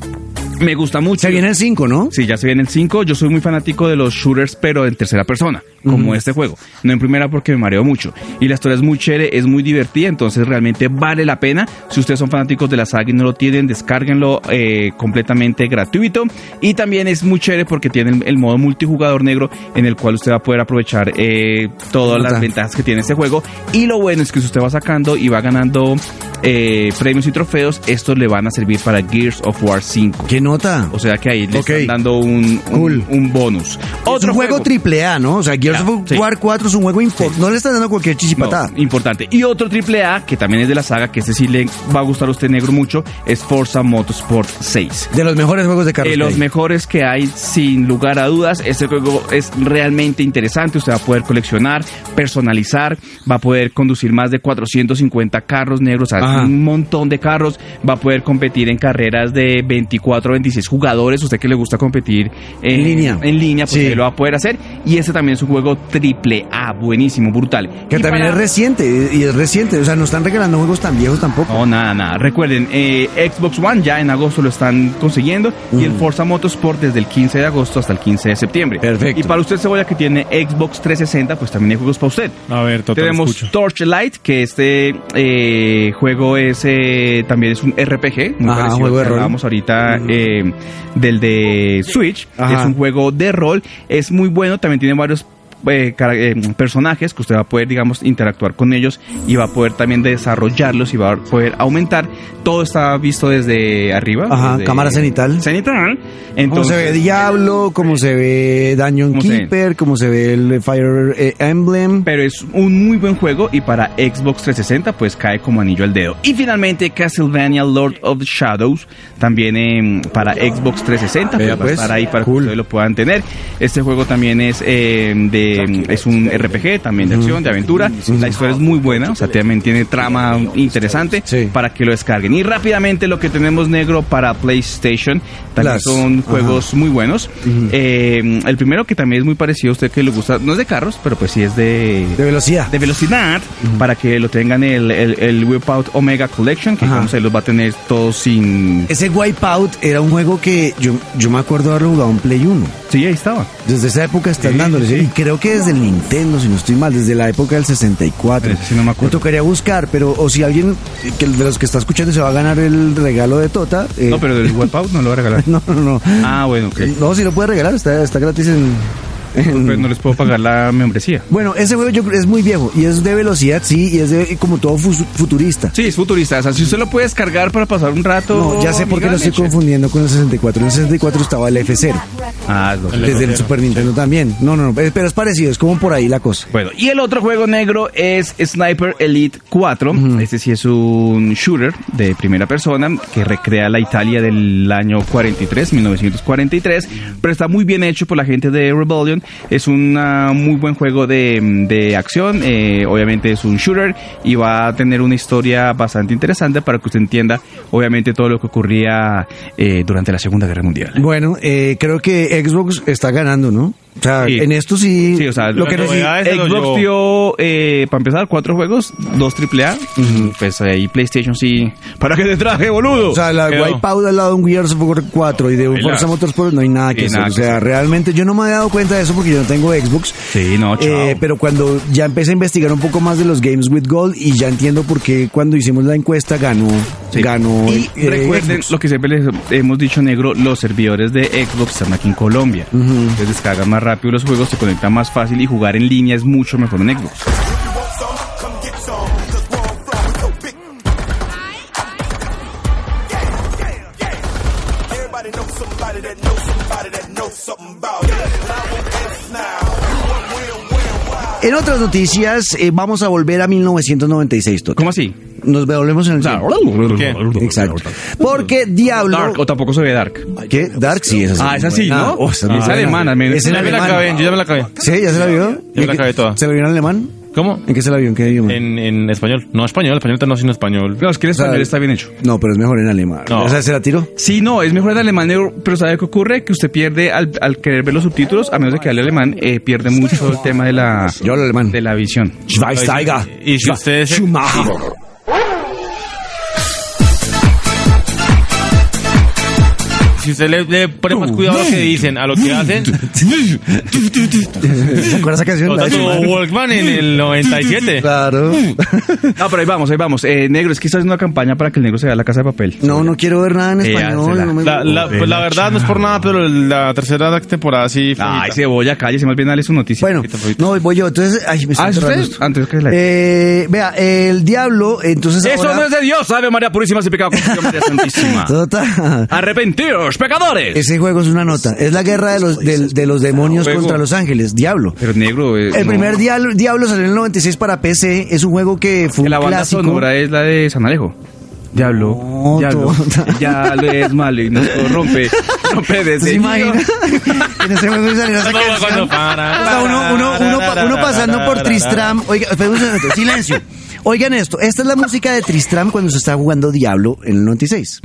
Speaker 3: Me gusta mucho.
Speaker 1: Se viene el 5, ¿no?
Speaker 3: Sí, ya se viene el 5. Yo soy muy fanático de los shooters, pero en tercera persona, como este juego. No en primera porque me mareo mucho. Y la historia es muy chévere, es muy divertida, entonces realmente vale la pena. Si ustedes son fanáticos de la saga y no lo tienen, descárguenlo eh, completamente gratuito. Y también es muy chévere porque tiene el, el modo multijugador negro en el cual usted va a poder aprovechar eh, todas las
Speaker 1: Nota.
Speaker 3: ventajas que tiene este juego. Y lo bueno es que si usted va sacando y va ganando eh, premios y trofeos, estos le van a servir para Gears of War 5.
Speaker 1: ¿Qué nota?
Speaker 3: O sea que ahí le
Speaker 1: Ok.
Speaker 3: están dando un, un,
Speaker 1: Cool.
Speaker 3: un bonus.
Speaker 1: es un juego, triple A, ¿no? O sea, Gears
Speaker 3: Ya,
Speaker 1: of
Speaker 3: sí.
Speaker 1: War 4 es un juego importante. No le están dando cualquier
Speaker 3: No,
Speaker 1: chichipatada.
Speaker 3: importante. Y otro triple A que también es de la saga, que este sí le va a gustar a usted negro mucho, es Forza Motorsport 6.
Speaker 1: De los mejores juegos de carros.
Speaker 3: De Eh, los
Speaker 1: que hay.
Speaker 3: mejores que hay, sin lugar a dudas. Este juego es realmente interesante. Usted va a poder coleccionar, personalizar, va a poder conducir más de 450 carros negros, o sea,
Speaker 1: Ajá.
Speaker 3: un montón de carros. Va a poder competir en carreras de 24, 26 jugadores. Usted que le gusta competir en,
Speaker 1: En línea.
Speaker 3: en línea, pues
Speaker 1: Sí.
Speaker 3: ahí lo va a poder hacer. Y este también es un juego triple A, buenísimo, brutal.
Speaker 1: que
Speaker 3: Y
Speaker 1: también
Speaker 3: para-
Speaker 1: es reciente, y es reciente. O sea, no están regalando juegos tan viejos tampoco.
Speaker 3: no, nada, nada. Recuerden, eh, Xbox One ya en agosto lo están consiguiendo y el Forza Motorsport desde el 15 de agosto hasta el 15 de septiembre.
Speaker 1: Perfecto.
Speaker 3: Y para usted, Cebolla, que tiene Xbox 360, pues también hay juegos para usted.
Speaker 2: A ver, total,
Speaker 3: Tenemos
Speaker 2: escucho.
Speaker 3: Torchlight, que este eh, juego es eh, también es un RPG, muy
Speaker 1: Ajá,
Speaker 3: parecido
Speaker 1: juego de rol.
Speaker 3: al que
Speaker 1: Mm.
Speaker 3: hablábamos ahorita eh, del de Switch.
Speaker 1: Ajá.
Speaker 3: Es un juego de rol, es muy bueno, también tiene varios eh, cara- eh, personajes que usted va a poder, digamos, interactuar con ellos y va a poder también desarrollarlos y va a poder aumentar. Todo está visto desde arriba.
Speaker 1: Ajá,
Speaker 3: desde-
Speaker 1: cámara cenital.
Speaker 3: Cenital.
Speaker 1: Como se ve
Speaker 3: Entonces,
Speaker 1: Diablo, como se ve Dungeon
Speaker 3: ¿Cómo se ve?
Speaker 1: Keeper, como se ve el Fire eh, Emblem.
Speaker 3: pero es un muy buen juego y para Xbox 360 pues cae como anillo al dedo. Y finalmente Castlevania Lord of the Shadows, también em, para Xbox 360, pues,
Speaker 1: Vea,
Speaker 3: va a
Speaker 1: pues.
Speaker 3: estar ahí para
Speaker 1: Cool.
Speaker 3: que ustedes lo puedan tener. Este juego también es em, de em, es un RPG, también de acción, de aventura. La historia es muy buena, o sea, también tiene trama interesante
Speaker 1: Sí.
Speaker 3: para que lo descarguen. Y rápidamente lo que tenemos negro para PlayStation, también
Speaker 1: Plus.
Speaker 3: son
Speaker 1: Ajá.
Speaker 3: juegos muy buenos. Eh, el primero que también es muy parecido a usted que le gusta, no es de carros, pero pues sí es de,
Speaker 1: De velocidad.
Speaker 3: de velocidad, para que lo tengan el, el, el Wipeout Omega Collection, que
Speaker 1: Ajá.
Speaker 3: digamos, ahí los va a tener todos sin...
Speaker 1: Ese Wipeout era un juego que yo, yo me acuerdo haberlo jugado en Play 1.
Speaker 3: Sí, ahí estaba.
Speaker 1: Desde esa época están
Speaker 3: Sí,
Speaker 1: dándole.
Speaker 3: sí.
Speaker 1: Y creo que desde el Nintendo, si no estoy mal, desde la época del 64.
Speaker 3: Ese sí no me acuerdo.
Speaker 1: tocaría buscar, pero o si alguien que de los que está escuchando se va a ganar el regalo de Tota. eh,
Speaker 3: No, pero del Wipeout no lo va a regalar.
Speaker 1: No, no, no.
Speaker 3: Ah, bueno, ok.
Speaker 1: No, si lo puede regalar, está, está gratis en. en-
Speaker 3: Pues no les puedo pagar la membresía.
Speaker 1: Bueno, ese juego yo creo- es muy viejo y es de velocidad, sí, y es de, y como todo fu- futurista.
Speaker 3: Sí, es futurista. O sea, si usted lo puede descargar para pasar un rato...
Speaker 1: No, ya sé por qué lo estoy confundiendo con el 64. En el 64 estaba el F0,
Speaker 3: Ah, lo
Speaker 2: El
Speaker 1: desde el
Speaker 2: F0,
Speaker 1: Super Nintendo también. No, no, no, eh, pero es parecido, es como por ahí la cosa.
Speaker 3: Bueno, y el otro juego negro es Sniper Elite 4. Este sí es un shooter de primera persona que recrea la Italia del año 43, 1943, pero está muy bien hecho por la gente de Rebellion. Es un ah, muy buen juego de, de acción, eh, obviamente es un shooter y va a tener una historia bastante interesante para que usted entienda, obviamente, todo lo que ocurría eh, durante la Segunda Guerra Mundial.
Speaker 1: Bueno, eh, creo que Xbox está ganando, ¿no? O sea,
Speaker 3: Sí.
Speaker 1: en esto sí.
Speaker 3: Sí, o sea,
Speaker 1: lo que
Speaker 2: la
Speaker 1: neces-
Speaker 2: novedad Ese lo
Speaker 3: Xbox
Speaker 2: llevó.
Speaker 3: dio, eh, para empezar, cuatro juegos, dos AAA. Pues ahí PlayStation sí. ¿Para qué te traje, boludo?
Speaker 1: O sea, la
Speaker 2: Quedó.
Speaker 1: Wipeout al lado de un Gears of War 4 y de un
Speaker 2: Ahí
Speaker 1: Forza
Speaker 2: las-
Speaker 1: Motorsport no hay nada que
Speaker 3: y
Speaker 1: hacer.
Speaker 3: nada
Speaker 1: O
Speaker 3: que
Speaker 1: sea,
Speaker 3: hacer.
Speaker 1: realmente yo no me había dado cuenta de eso porque yo no tengo Xbox.
Speaker 3: Sí, no, chao.
Speaker 1: Eh, pero cuando ya empecé a investigar un poco más de los Games with Gold y ya entiendo por qué cuando hicimos la encuesta ganó,
Speaker 3: Sí.
Speaker 1: ganó
Speaker 3: Y
Speaker 1: eh,
Speaker 3: recuerden
Speaker 1: Xbox.
Speaker 3: lo que siempre les hemos dicho, negro, los servidores de Xbox están aquí en Colombia. Entonces descargan más rápido los juegos, se conectan más fácil y jugar en línea es mucho mejor en Xbox.
Speaker 4: Everybody knows somebody that knows somebody that knows something about it. And I won't ask now.
Speaker 1: En otras noticias, eh, vamos a volver a 1996. Toto.
Speaker 3: ¿Cómo así?
Speaker 1: Nos volvemos en el
Speaker 3: O sea,
Speaker 1: tiempo. Exacto. Porque Diablo.
Speaker 3: Dark, o tampoco se ve Dark.
Speaker 1: ¿Qué? Dark sí, esa sí.
Speaker 3: Ah, es así, ¿no?
Speaker 1: Oh, esa es
Speaker 3: Ah,
Speaker 1: muy
Speaker 3: es
Speaker 1: buena.
Speaker 3: alemana, men.
Speaker 1: Es en
Speaker 2: Yo ya me la
Speaker 1: alemán.
Speaker 2: acabé, yo ya me la acabé.
Speaker 1: ¿Sí? ¿Ya se la vio?
Speaker 2: Ya me la acabé toda.
Speaker 1: ¿Se la vio en alemán?
Speaker 2: ¿Cómo?
Speaker 1: ¿En qué se la vio? ¿En qué idioma?
Speaker 2: En, en español. No, español, español no, sino español.
Speaker 3: Claro, es que el español
Speaker 1: sea,
Speaker 3: está bien hecho.
Speaker 1: No, pero es mejor en alemán.
Speaker 2: No.
Speaker 1: O sea, se la tiró.
Speaker 3: Sí, no, es mejor el alemán, negro, pero ¿sabe qué ocurre? Que usted pierde, al, al querer ver los subtítulos, a menos de que hable alemán, eh, pierde mucho el tema de la,
Speaker 1: Yo hablo alemán.
Speaker 3: de la visión.
Speaker 1: Schweinsteiger.
Speaker 2: Y si ustedes-
Speaker 1: Schumacher.
Speaker 2: Si usted le, le pone más cuidado a lo que dicen, a lo que hacen.
Speaker 1: ¿Se acuerda esa canción?
Speaker 2: O sea,
Speaker 1: La
Speaker 2: tuvo
Speaker 1: alemana.
Speaker 2: Walkman en el 97.
Speaker 1: Claro.
Speaker 3: No, pero ahí vamos, ahí vamos. Eh, negro, es que está haciendo una campaña para que el negro se vea la casa de papel.
Speaker 1: No, no quiero ver nada en
Speaker 3: Eh,
Speaker 1: español.
Speaker 3: hazla.
Speaker 1: no me-
Speaker 2: La, la, pues la verdad no es por nada, pero la tercera temporada sí. fue
Speaker 3: Ay,
Speaker 2: bonita.
Speaker 3: cebolla, cállese, más bien dale su noticia.
Speaker 1: Bueno,
Speaker 3: Ahorita, ahorita.
Speaker 1: no, voy yo. Entonces, ay, me estoy
Speaker 3: Ah, ¿es
Speaker 1: enterrando
Speaker 3: usted?
Speaker 1: esto.
Speaker 3: Antes que la-
Speaker 1: Eh, vea, el diablo, entonces
Speaker 3: Eso
Speaker 1: ahora-
Speaker 3: no es de Dios, Ave María Purísima sin pecado concebido, María Santísima.
Speaker 1: Tota.
Speaker 3: Arrepentidos, pecadores.
Speaker 1: Ese juego es una nota. Es la guerra de los, del- de los demonios
Speaker 3: Juego.
Speaker 1: contra los ángeles. Diablo.
Speaker 3: Pero negro, eh,
Speaker 1: El
Speaker 3: no.
Speaker 1: primer diablo, diablo salió en el 96 para PC. Es un juego que fue un
Speaker 3: La banda
Speaker 1: clásico.
Speaker 3: sonora es la de San Alejo. Diablo,
Speaker 1: No,
Speaker 3: diablo,
Speaker 1: tota.
Speaker 3: diablo es malo y nos corrompe, rompe de
Speaker 1: ¿Usted se imagina? en ese juego salió esa
Speaker 2: Todo cuando
Speaker 1: canción.
Speaker 2: para,
Speaker 1: O sea, uno, uno, uno, pa- uno pasando por Tristram. Oiga, espera un segundo, silencio. Oigan esto. Esta es la música de Tristram cuando se está jugando Diablo en el 96.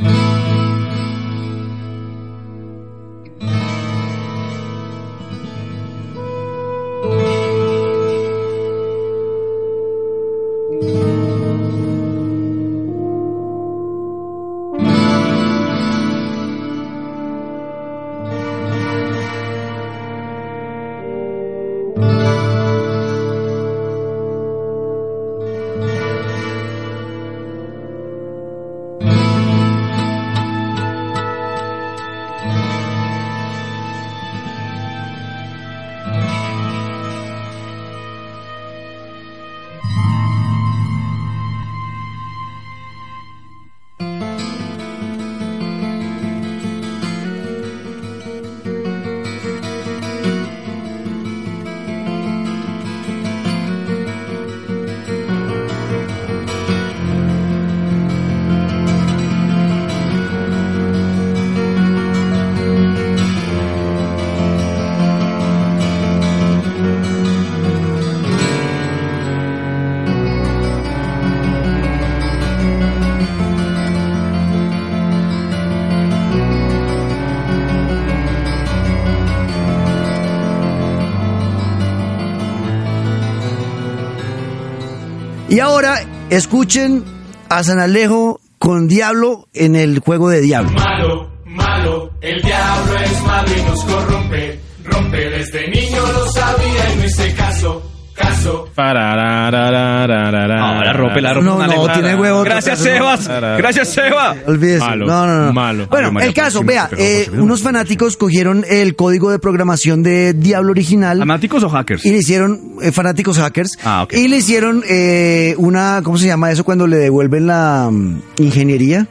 Speaker 1: Y ahora escuchen a San Alejo con Diablo en el juego de Diablo.
Speaker 5: Malo, malo, el diablo es malo y nos corrompe. Rompe desde niño lo sabía y no hice caso, caso.
Speaker 2: Ahora
Speaker 3: Ahora rompe la rompe
Speaker 1: No,
Speaker 3: San
Speaker 1: no,
Speaker 3: Alejo.
Speaker 1: tiene huevo.
Speaker 3: Gracias,
Speaker 1: Otra
Speaker 3: Sebas.
Speaker 1: vez,
Speaker 3: Gracias, eh. Sebas.
Speaker 1: Olvídese.
Speaker 2: Malo,
Speaker 1: no, no, no.
Speaker 2: malo.
Speaker 1: Bueno,
Speaker 2: Ave María
Speaker 1: el caso,
Speaker 2: Purísima,
Speaker 1: vea, eh, unos fanáticos cogieron el código de programación de Diablo original
Speaker 3: ¿Amáticos o hackers?
Speaker 1: y le hicieron eh, fanáticos hackers
Speaker 3: Ah, ok.
Speaker 1: y le hicieron eh, una, ¿cómo se llama eso cuando le devuelven la mm, ingeniería?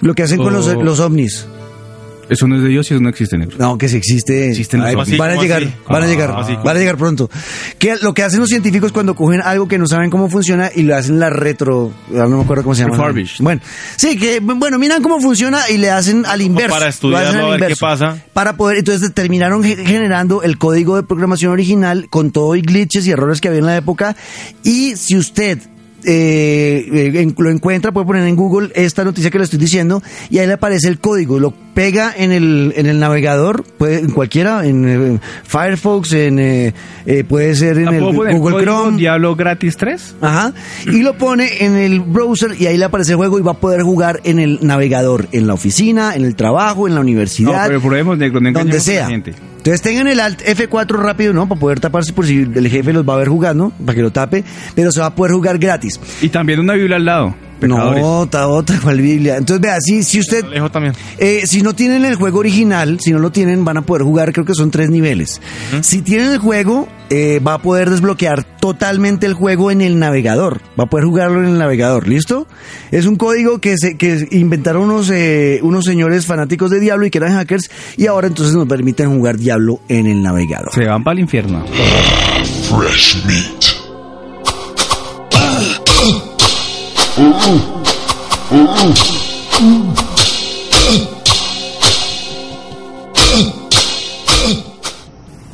Speaker 1: Lo que hacen con los,
Speaker 3: Oh.
Speaker 1: los ovnis.
Speaker 3: Eso no es de Dios y eso no existe, negro.
Speaker 1: No, que si existe.
Speaker 3: Existen los
Speaker 1: Ay,
Speaker 3: ovnis.
Speaker 2: ¿Cómo
Speaker 1: van a
Speaker 2: así?
Speaker 1: llegar,
Speaker 2: ¿Cómo
Speaker 1: van a
Speaker 2: así?
Speaker 1: llegar,
Speaker 2: ¿Cómo así?
Speaker 1: van a llegar pronto. Que lo que hacen los científicos cuando cogen algo que no saben cómo funciona y lo hacen la retro, ah, no me acuerdo cómo se llama.
Speaker 3: Refurbished.
Speaker 1: Bueno, sí, que bueno, miran cómo funciona y le hacen al inverso.
Speaker 2: para
Speaker 1: lo
Speaker 2: estudiarlo,
Speaker 1: hacen al
Speaker 2: a ver qué
Speaker 1: inverso.
Speaker 2: pasa.
Speaker 1: Para poder, entonces terminaron ge- generando el código de programación original con todo y glitches y errores que había en la época. Y si usted eh, eh, en- lo encuentra, puede poner en Google esta noticia que le estoy diciendo y ahí le aparece el código, lo pega en el, en el navegador, puede, en cualquiera, en eh, Firefox, en, eh, eh, puede ser en
Speaker 3: ¿La
Speaker 1: el
Speaker 3: puedo poner
Speaker 1: Google
Speaker 3: código
Speaker 1: Chrome.
Speaker 3: Diablo gratis 3?
Speaker 1: Ajá. Y lo pone en el browser y ahí le aparece el juego y va a poder jugar en el navegador, en la oficina, en el trabajo, en la
Speaker 3: No,
Speaker 1: universidad,
Speaker 3: pero probemos, negro, no engañemos
Speaker 1: donde
Speaker 3: a la
Speaker 1: sea.
Speaker 3: gente.
Speaker 1: Entonces tengan el Alt F4 rápido, ¿no? Para poder taparse por si el jefe los va a ver jugando, para que lo tape, pero se va a poder jugar gratis.
Speaker 3: Y también una Biblia al lado. Pecadores.
Speaker 1: No, otra, otra, cual Biblia. Entonces vea, si, si usted
Speaker 2: Alejo también.
Speaker 1: eh, si no tienen el juego original, si no lo tienen, van a poder jugar, creo que son tres niveles. Si tienen el juego, eh, va a poder desbloquear totalmente el juego en el navegador. Va a poder jugarlo en el navegador, ¿listo? Es un código que, se, que inventaron unos, eh, unos señores fanáticos de Diablo y que eran hackers y ahora entonces nos permiten jugar Diablo en el navegador.
Speaker 3: Se van para el infierno.
Speaker 6: fresh meat.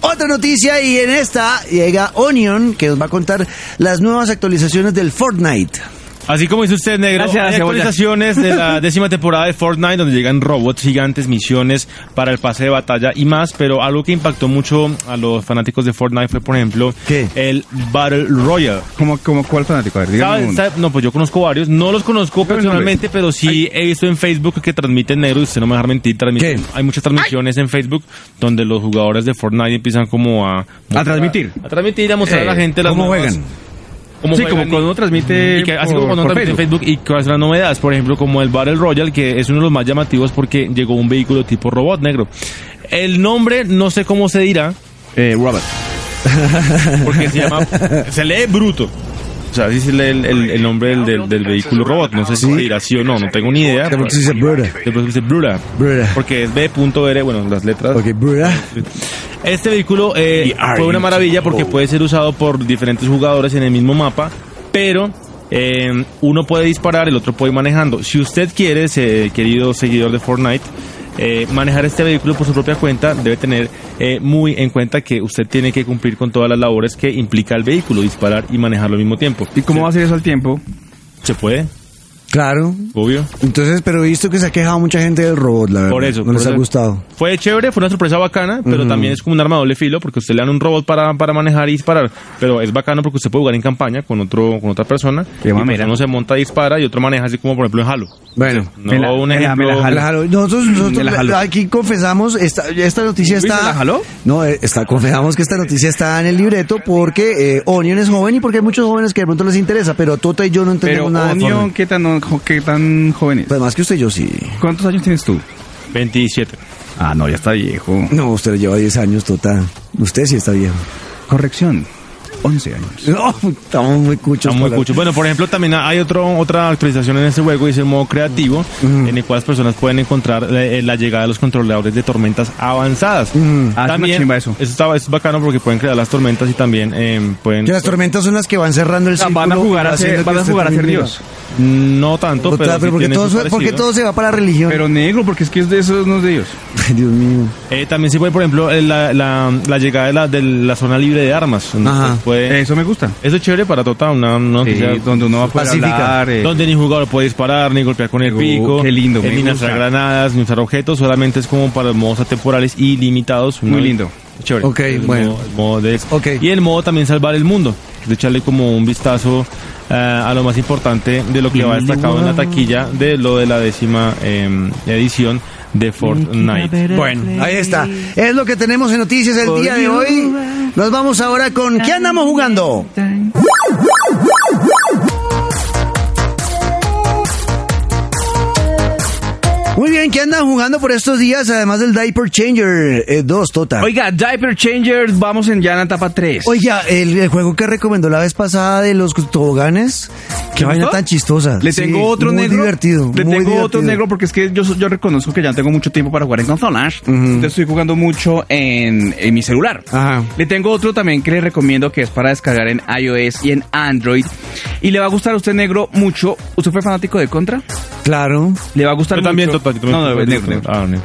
Speaker 1: Otra noticia y en esta llega Onion que nos va a contar las nuevas actualizaciones del Fortnite.
Speaker 2: Así como dice usted, negro,
Speaker 3: Gracias,
Speaker 2: hay
Speaker 3: Cebolla.
Speaker 2: actualizaciones de la décima temporada de Fortnite donde llegan robots gigantes, misiones para el pase de batalla y más, pero algo que impactó mucho a los fanáticos de Fortnite fue, por ejemplo,
Speaker 1: ¿Qué?
Speaker 2: el Battle Royale.
Speaker 3: ¿Cómo, cómo, ¿Cuál fanático? A ver, dígame
Speaker 2: ¿Sabe-
Speaker 3: uno.
Speaker 2: sabe- No, pues yo conozco varios. No los conozco
Speaker 3: Dígame el
Speaker 2: personalmente, pero sí he visto en Facebook que transmiten negro. y Usted no me va a dejar mentir. transmiten-
Speaker 1: ¿Qué?
Speaker 2: Hay muchas transmisiones en Facebook donde los jugadores de Fortnite empiezan como a.
Speaker 3: A transmitir.
Speaker 2: A transmitir, a mostrar a la
Speaker 3: Eh,
Speaker 2: gente las
Speaker 3: ¿cómo
Speaker 2: nuevas-
Speaker 3: juegan?
Speaker 2: cómo
Speaker 3: Sí,
Speaker 2: juegan
Speaker 3: como
Speaker 2: y-
Speaker 3: cuando uno transmite
Speaker 2: y que- así
Speaker 3: por-
Speaker 2: como cuando uno
Speaker 3: por
Speaker 2: transmite en Facebook y cuáles son las novedades, por ejemplo, como el Battle Royale, que es uno de los más llamativos porque llegó un vehículo tipo robot negro. El nombre no sé cómo se dirá,
Speaker 3: Eh, Robert.
Speaker 2: porque se llama. Se lee bruto. O sea, así se lee el, el- el nombre del, del- del vehículo robot. No sé si se dirá sí o no, no tengo ni idea.
Speaker 1: De
Speaker 2: pero-
Speaker 1: pronto se dice Bruta.
Speaker 2: De pronto dice Bruta.
Speaker 1: Bruta.
Speaker 2: Porque es B.R, bueno, las letras.
Speaker 1: Ok, Bruta.
Speaker 2: Este vehículo eh, fue una maravilla porque puede ser usado por diferentes jugadores en el mismo mapa, pero eh, uno puede disparar, el otro puede ir manejando. Si usted quiere, se- querido seguidor de Fortnite, eh, manejar este vehículo por su propia cuenta, debe tener eh, muy en cuenta que usted tiene que cumplir con todas las labores que implica el vehículo, disparar y manejarlo al mismo tiempo.
Speaker 3: ¿Y cómo va a ser eso al tiempo?
Speaker 2: ¿Se puede?
Speaker 1: Claro,
Speaker 2: Obvio.
Speaker 1: Entonces, pero he visto que se ha quejado mucha gente del robot, la verdad.
Speaker 2: Por eso.
Speaker 1: No
Speaker 2: por
Speaker 1: les ha
Speaker 2: eso.
Speaker 1: gustado.
Speaker 2: Fue chévere, fue una sorpresa bacana, pero también es como un arma de doble filo porque usted le dan un robot para, para manejar y disparar. Pero es bacano porque usted puede jugar en campaña con otro con otra persona.
Speaker 3: Qué
Speaker 2: y pues
Speaker 3: mamera.
Speaker 2: uno se monta y dispara y otro maneja así como por ejemplo en Halo.
Speaker 1: Bueno.
Speaker 2: No,
Speaker 3: Me la-
Speaker 2: un
Speaker 3: me la-
Speaker 2: ejemplo.
Speaker 3: me la jalo.
Speaker 1: Jalo. Nosotros, nosotros
Speaker 3: Me la jalo.
Speaker 1: aquí confesamos, esta, esta noticia
Speaker 3: Uy, ¿se
Speaker 1: está...
Speaker 3: la jaló?
Speaker 1: No, eh, está, confesamos que esta noticia está en el libreto porque eh, Onion es joven y porque hay muchos jóvenes que de pronto les interesa, pero Tota y yo no
Speaker 3: Pero
Speaker 1: entendemos nada de
Speaker 3: Onion,
Speaker 1: Fortnite.
Speaker 3: ¿qué tan, jo- qué tan joven es?
Speaker 1: Pues más que usted y yo sí.
Speaker 3: ¿Cuántos años tienes tú?
Speaker 2: 27.
Speaker 3: Ah, no, ya está viejo.
Speaker 1: No, usted lleva 10 años, Tota. Usted sí está viejo.
Speaker 3: Corrección, 11 años.
Speaker 1: No, estamos muy cuchos.
Speaker 2: Ah, muy
Speaker 1: para-
Speaker 2: cucho. Bueno, por ejemplo, también hay otro, otra actualización en este juego y es el modo creativo, en el cual las personas pueden encontrar eh, la llegada de los controladores de tormentas avanzadas.
Speaker 3: Ah, es una chimba eso.
Speaker 2: está- es bacano porque pueden crear las tormentas y también eh, pueden...
Speaker 1: Que las tormentas son las que van cerrando el
Speaker 3: sea,
Speaker 1: círculo.
Speaker 3: van a jugar a
Speaker 1: haciendo
Speaker 3: ser-
Speaker 1: que
Speaker 3: van a
Speaker 1: usted
Speaker 3: jugar a ser
Speaker 1: termine.
Speaker 3: Dios. Tota,
Speaker 2: No tanto, pero,
Speaker 1: Tota,
Speaker 2: sí
Speaker 1: pero porque,
Speaker 2: tiene
Speaker 1: todo,
Speaker 2: su
Speaker 1: se- porque
Speaker 2: parecido.
Speaker 1: todo se va para la religión.
Speaker 3: Pero negro, porque es que es de esos, no es de ellos.
Speaker 1: Dios mío.
Speaker 2: Eh, también se puede, por ejemplo, eh, la, la- la llegada de la, de la zona libre de armas. donde
Speaker 1: Ajá. Eh.
Speaker 2: usted puede-
Speaker 3: Eso me gusta.
Speaker 2: eso es chévere para Tota, una, una
Speaker 3: Sí,
Speaker 2: noticia
Speaker 3: donde uno va a poder
Speaker 1: Pacífica.
Speaker 3: hablar, eh,
Speaker 2: donde ni jugador puede disparar, ni golpear con el
Speaker 3: Oh,
Speaker 2: pico,
Speaker 3: qué lindo,
Speaker 2: eh,
Speaker 3: me
Speaker 2: ni
Speaker 3: gusta.
Speaker 2: lanzar granadas, ni usar objetos, solamente es como para modos atemporales y limitados.
Speaker 3: Muy
Speaker 2: Uno-
Speaker 3: listo.
Speaker 2: Chévere.
Speaker 1: Ok,
Speaker 2: El
Speaker 1: bueno.
Speaker 2: modo- el modo de eso.
Speaker 1: Ok.
Speaker 2: Y el modo también salvar el mundo, de echarle como un vistazo eh, a lo más importante de lo que va destacado en la taquilla de lo de la décima em, edición de Fortnite.
Speaker 1: Bueno, ahí está. Es lo que tenemos en noticias el día de hoy. Nos vamos ahora con ¿Qué andamos jugando? Muy bien, ¿qué andan jugando por estos días? Además del Diaper Changer 2, Tota.
Speaker 3: Oiga, Diaper Changers, vamos en ya en la etapa 3.
Speaker 1: Oiga, el, el juego que recomendó la vez pasada de los toboganes, qué vaina tan chistosa.
Speaker 3: Le
Speaker 1: Sí,
Speaker 3: tengo otro
Speaker 1: muy
Speaker 3: negro.
Speaker 1: divertido.
Speaker 3: Le
Speaker 1: muy
Speaker 3: tengo otro
Speaker 1: divertido.
Speaker 3: negro porque es que yo, yo reconozco que ya no tengo mucho tiempo para jugar en consolas. Entonces estoy jugando mucho en, en mi celular.
Speaker 1: Ajá.
Speaker 3: Le tengo otro también que le recomiendo que es para descargar en iOS y en Android. Y le va a gustar a usted negro mucho. ¿Usted fue fanático de Contra?
Speaker 1: Claro.
Speaker 3: Le va a gustar
Speaker 2: Yo también,
Speaker 3: mucho.
Speaker 2: Tota, yo también.
Speaker 3: no, no, negro, negro.
Speaker 2: Ah, negro.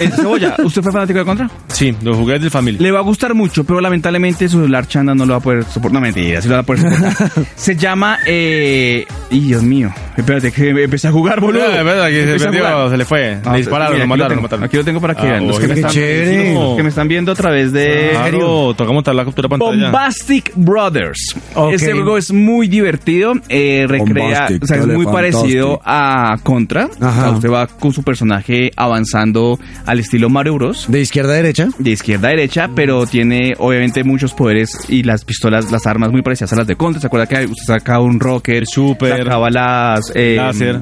Speaker 3: Eh, Cebolla, ¿usted fue fanático de Contra?
Speaker 2: Sí, los juguetes de familia.
Speaker 3: Le va a gustar mucho, pero lamentablemente su celular Chanda no lo va a poder soportar. No, mentira, sí lo va a poder soportar. Se llama... Eh... y Dios mío. Espérate, que empecé a jugar, boludo.
Speaker 2: Ah, es verdad que se
Speaker 3: Empecé a
Speaker 2: perdió,
Speaker 3: jugar.
Speaker 2: se le fue. Le
Speaker 3: Ah,
Speaker 2: dispararon,
Speaker 3: mira,
Speaker 2: lo
Speaker 3: aquí
Speaker 2: mataron,
Speaker 3: tengo,
Speaker 2: lo mataron.
Speaker 3: Aquí lo tengo para que
Speaker 2: Ah,
Speaker 3: vean. Los que,
Speaker 2: oye,
Speaker 3: me
Speaker 2: qué
Speaker 3: están,
Speaker 1: chévere.
Speaker 3: los que me están viendo a través de...
Speaker 2: Claro, toca montar la captura pantalla.
Speaker 3: Bombastic Brothers.
Speaker 1: Ok.
Speaker 3: Este juego es muy divertido. eh, recrea,
Speaker 7: Bombastic,
Speaker 3: o sea, es
Speaker 7: dale,
Speaker 3: muy parecido
Speaker 7: fantastic.
Speaker 3: a Contra. O sea,
Speaker 1: Ajá.
Speaker 3: usted va con su personaje avanzando al estilo Mario Bros.
Speaker 1: De izquierda Mm. a derecha.
Speaker 3: De izquierda a derecha, pero tiene obviamente muchos poderes y las pistolas, las armas muy parecidas a las de Contra. ¿Se acuerda que usted sacaba un rocker,
Speaker 2: Super.
Speaker 3: sacaba las. eh,
Speaker 2: Láser.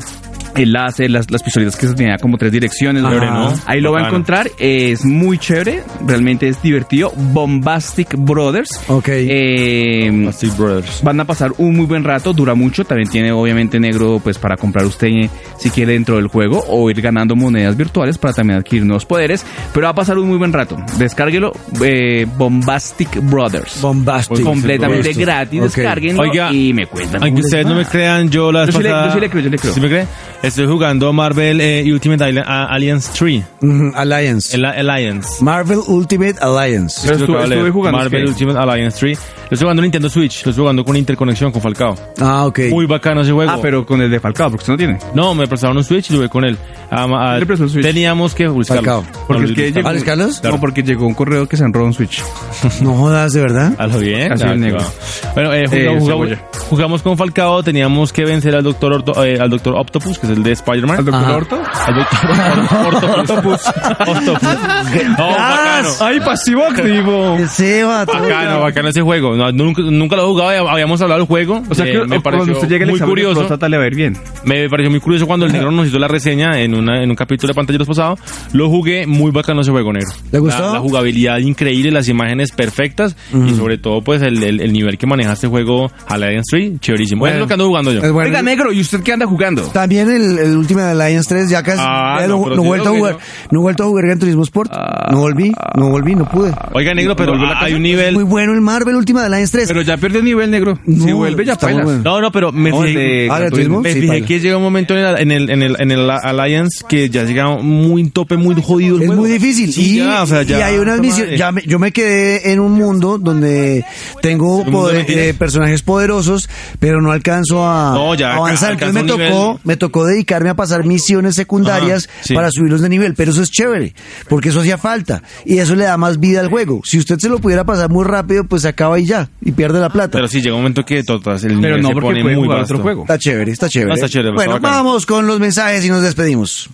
Speaker 3: El láser, las, las pistolitas que tenía como tres direcciones.
Speaker 1: Ajá.
Speaker 3: bueno,
Speaker 2: ¿no?
Speaker 3: Ahí lo va a
Speaker 2: Bacano.
Speaker 3: encontrar. Es muy chévere. Realmente es divertido. Bombastic Brothers.
Speaker 1: Ok.
Speaker 3: Eh,
Speaker 2: Bombastic Brothers.
Speaker 3: van a pasar un muy buen rato, dura mucho, también tiene obviamente negro pues para comprar usted eh, si quiere dentro del juego o ir ganando monedas virtuales para también adquirir nuevos poderes, pero va a pasar un muy buen rato. Descárguelo eh, Bombastic Brothers. Pues,
Speaker 1: Bombastic.
Speaker 3: completamente
Speaker 1: Listo.
Speaker 3: gratis,
Speaker 1: Ok.
Speaker 3: descarguenlo
Speaker 2: Oiga,
Speaker 3: y me Ah, cuentan.
Speaker 2: Aunque
Speaker 3: cómo les
Speaker 2: ustedes no
Speaker 3: va.
Speaker 2: me crean, yo la vez
Speaker 3: Yo sí le-
Speaker 2: pasada-
Speaker 3: yo sí le creo, yo le creo.
Speaker 2: ¿Sí me cree? Estoy jugando Marvel eh, Ultimate Alli- a- Alliance 3.
Speaker 1: Ujú, Mm-hmm, Alliance.
Speaker 2: El Alliance.
Speaker 1: Marvel Ultimate Alliance.
Speaker 3: Pero
Speaker 2: Esto es lo que
Speaker 3: estuve-
Speaker 2: va a leer.
Speaker 3: estuve jugando,
Speaker 2: Marvel
Speaker 3: ¿qué?
Speaker 2: Ultimate Alliance 3. Lo estoy jugando en Nintendo Switch. Lo estoy jugando con interconexión con Falcao.
Speaker 1: Ah, ok.
Speaker 2: Muy bacano ese juego.
Speaker 3: Ah, pero con el de Falcao, porque usted no tiene.
Speaker 2: No, me prestaron un Switch y jugué con él. Ah, ma- ah,
Speaker 3: ¿Le prestó el Switch?
Speaker 2: Teníamos que buscarlo.
Speaker 1: Falcao.
Speaker 3: Porque
Speaker 2: No,
Speaker 3: es que
Speaker 2: Luis
Speaker 3: llegó,
Speaker 1: ¿Ah, Luis Carlos?
Speaker 3: No, porque llegó un correo que se enroló un Switch.
Speaker 1: No jodas, de verdad.
Speaker 2: A lo bien.
Speaker 3: Casi
Speaker 2: claro,
Speaker 3: el negro.
Speaker 2: claro. Bueno, eh, jugamos,
Speaker 3: Eh,
Speaker 2: jugamos-
Speaker 3: cebolla.
Speaker 2: jugamos con Falcao, teníamos que vencer al Doctor, Orto- eh, al Doctor Octopus, que es el de Spider-Man.
Speaker 3: ¿Al doctor
Speaker 1: Ajá.
Speaker 3: Orto?
Speaker 2: Al Doctor Or- Ortopus. Octopus. No, bacano.
Speaker 3: ¡Ay, pasivo activo!
Speaker 1: Ese vato.
Speaker 2: Bacano, bacano ese juego. No, nunca, nunca lo he jugado, ya habíamos hablado del juego.
Speaker 3: O sea,
Speaker 2: Eh,
Speaker 3: que
Speaker 2: me
Speaker 3: cuando
Speaker 2: pareció
Speaker 3: usted llegue al
Speaker 2: muy
Speaker 3: examen de
Speaker 2: curioso.
Speaker 3: próstata le va a ir bien.
Speaker 2: Me pareció muy curioso cuando el negro nos hizo la reseña en, una, en un capítulo de pantalleros pasado. Lo jugué muy bacano ese juego negro.
Speaker 1: ¿Le gustó?
Speaker 2: La, la jugabilidad increíble, las imágenes perfectas y sobre todo pues el, el- el nivel que maneja este juego Alliance 3, chéverísimo.
Speaker 1: Bueno.
Speaker 2: es lo que ando jugando yo.
Speaker 1: Es bueno.
Speaker 3: Oiga, negro, ¿y usted qué anda jugando?
Speaker 1: También el, el Ultimate Alliance 3, ya casi.
Speaker 2: Ah,
Speaker 1: ya
Speaker 2: no,
Speaker 1: no,
Speaker 2: pero
Speaker 1: no
Speaker 2: sí,
Speaker 1: he vuelto a
Speaker 2: ok,
Speaker 1: jugar.
Speaker 2: no. Ah.
Speaker 1: No. he vuelto a jugar en Turismo Sport. no volví, no volví, no pude.
Speaker 2: Oiga negro, pero
Speaker 3: ¿Volvió
Speaker 2: hay
Speaker 3: la casa?
Speaker 2: un
Speaker 1: Muy
Speaker 2: nivel...
Speaker 1: bueno el Marvel Ultimate Alliance 3.
Speaker 3: Pero ya perdió nivel, negro. si
Speaker 1: No,
Speaker 3: vuelve, ya
Speaker 1: está
Speaker 3: pailas.
Speaker 1: bueno.
Speaker 2: No, no, pero me
Speaker 3: No, el
Speaker 2: fijé,
Speaker 3: de
Speaker 1: Ah, ¿de
Speaker 2: me
Speaker 1: turismo? Sí,
Speaker 2: fijé
Speaker 1: paila.
Speaker 2: que llega un momento en el, en el, en el, en el Alliance que ya llega muy tope, muy jodido el
Speaker 1: Es
Speaker 2: juego.
Speaker 1: muy difícil. y,
Speaker 2: Sí, ya, o sea, ya,
Speaker 1: y hay unas
Speaker 2: puta
Speaker 1: misiones.
Speaker 2: madre.
Speaker 1: ya me- yo me quedé en un mundo donde tengo
Speaker 2: mundo
Speaker 1: poder-
Speaker 2: de mentiras.
Speaker 1: eh, personajes poderosos, pero no alcanzo a
Speaker 2: No, ya
Speaker 1: a avanzar.
Speaker 2: alca-
Speaker 1: Entonces me
Speaker 2: alcanza un
Speaker 1: tocó,
Speaker 2: nivel.
Speaker 1: me tocó dedicarme a pasar misiones secundarias
Speaker 2: Ajá, sí.
Speaker 1: para subirlos de nivel. Pero eso es chévere, porque eso hacía falta. Y eso le da más vida al juego. Si usted se lo pudiera pasar muy rápido, pues se acaba y ya. Y pierde la plata.
Speaker 2: Pero sí, llega un momento que totas, el
Speaker 3: Pero
Speaker 2: nivel
Speaker 3: no,
Speaker 2: se
Speaker 3: porque
Speaker 2: pone
Speaker 3: puede
Speaker 2: muy
Speaker 3: jugar
Speaker 2: vasto.
Speaker 3: otro juego.
Speaker 1: Está chévere, está chévere.
Speaker 2: No, está chévere, pero
Speaker 1: bueno,
Speaker 2: está bacano.
Speaker 1: vamos con los mensajes y nos despedimos.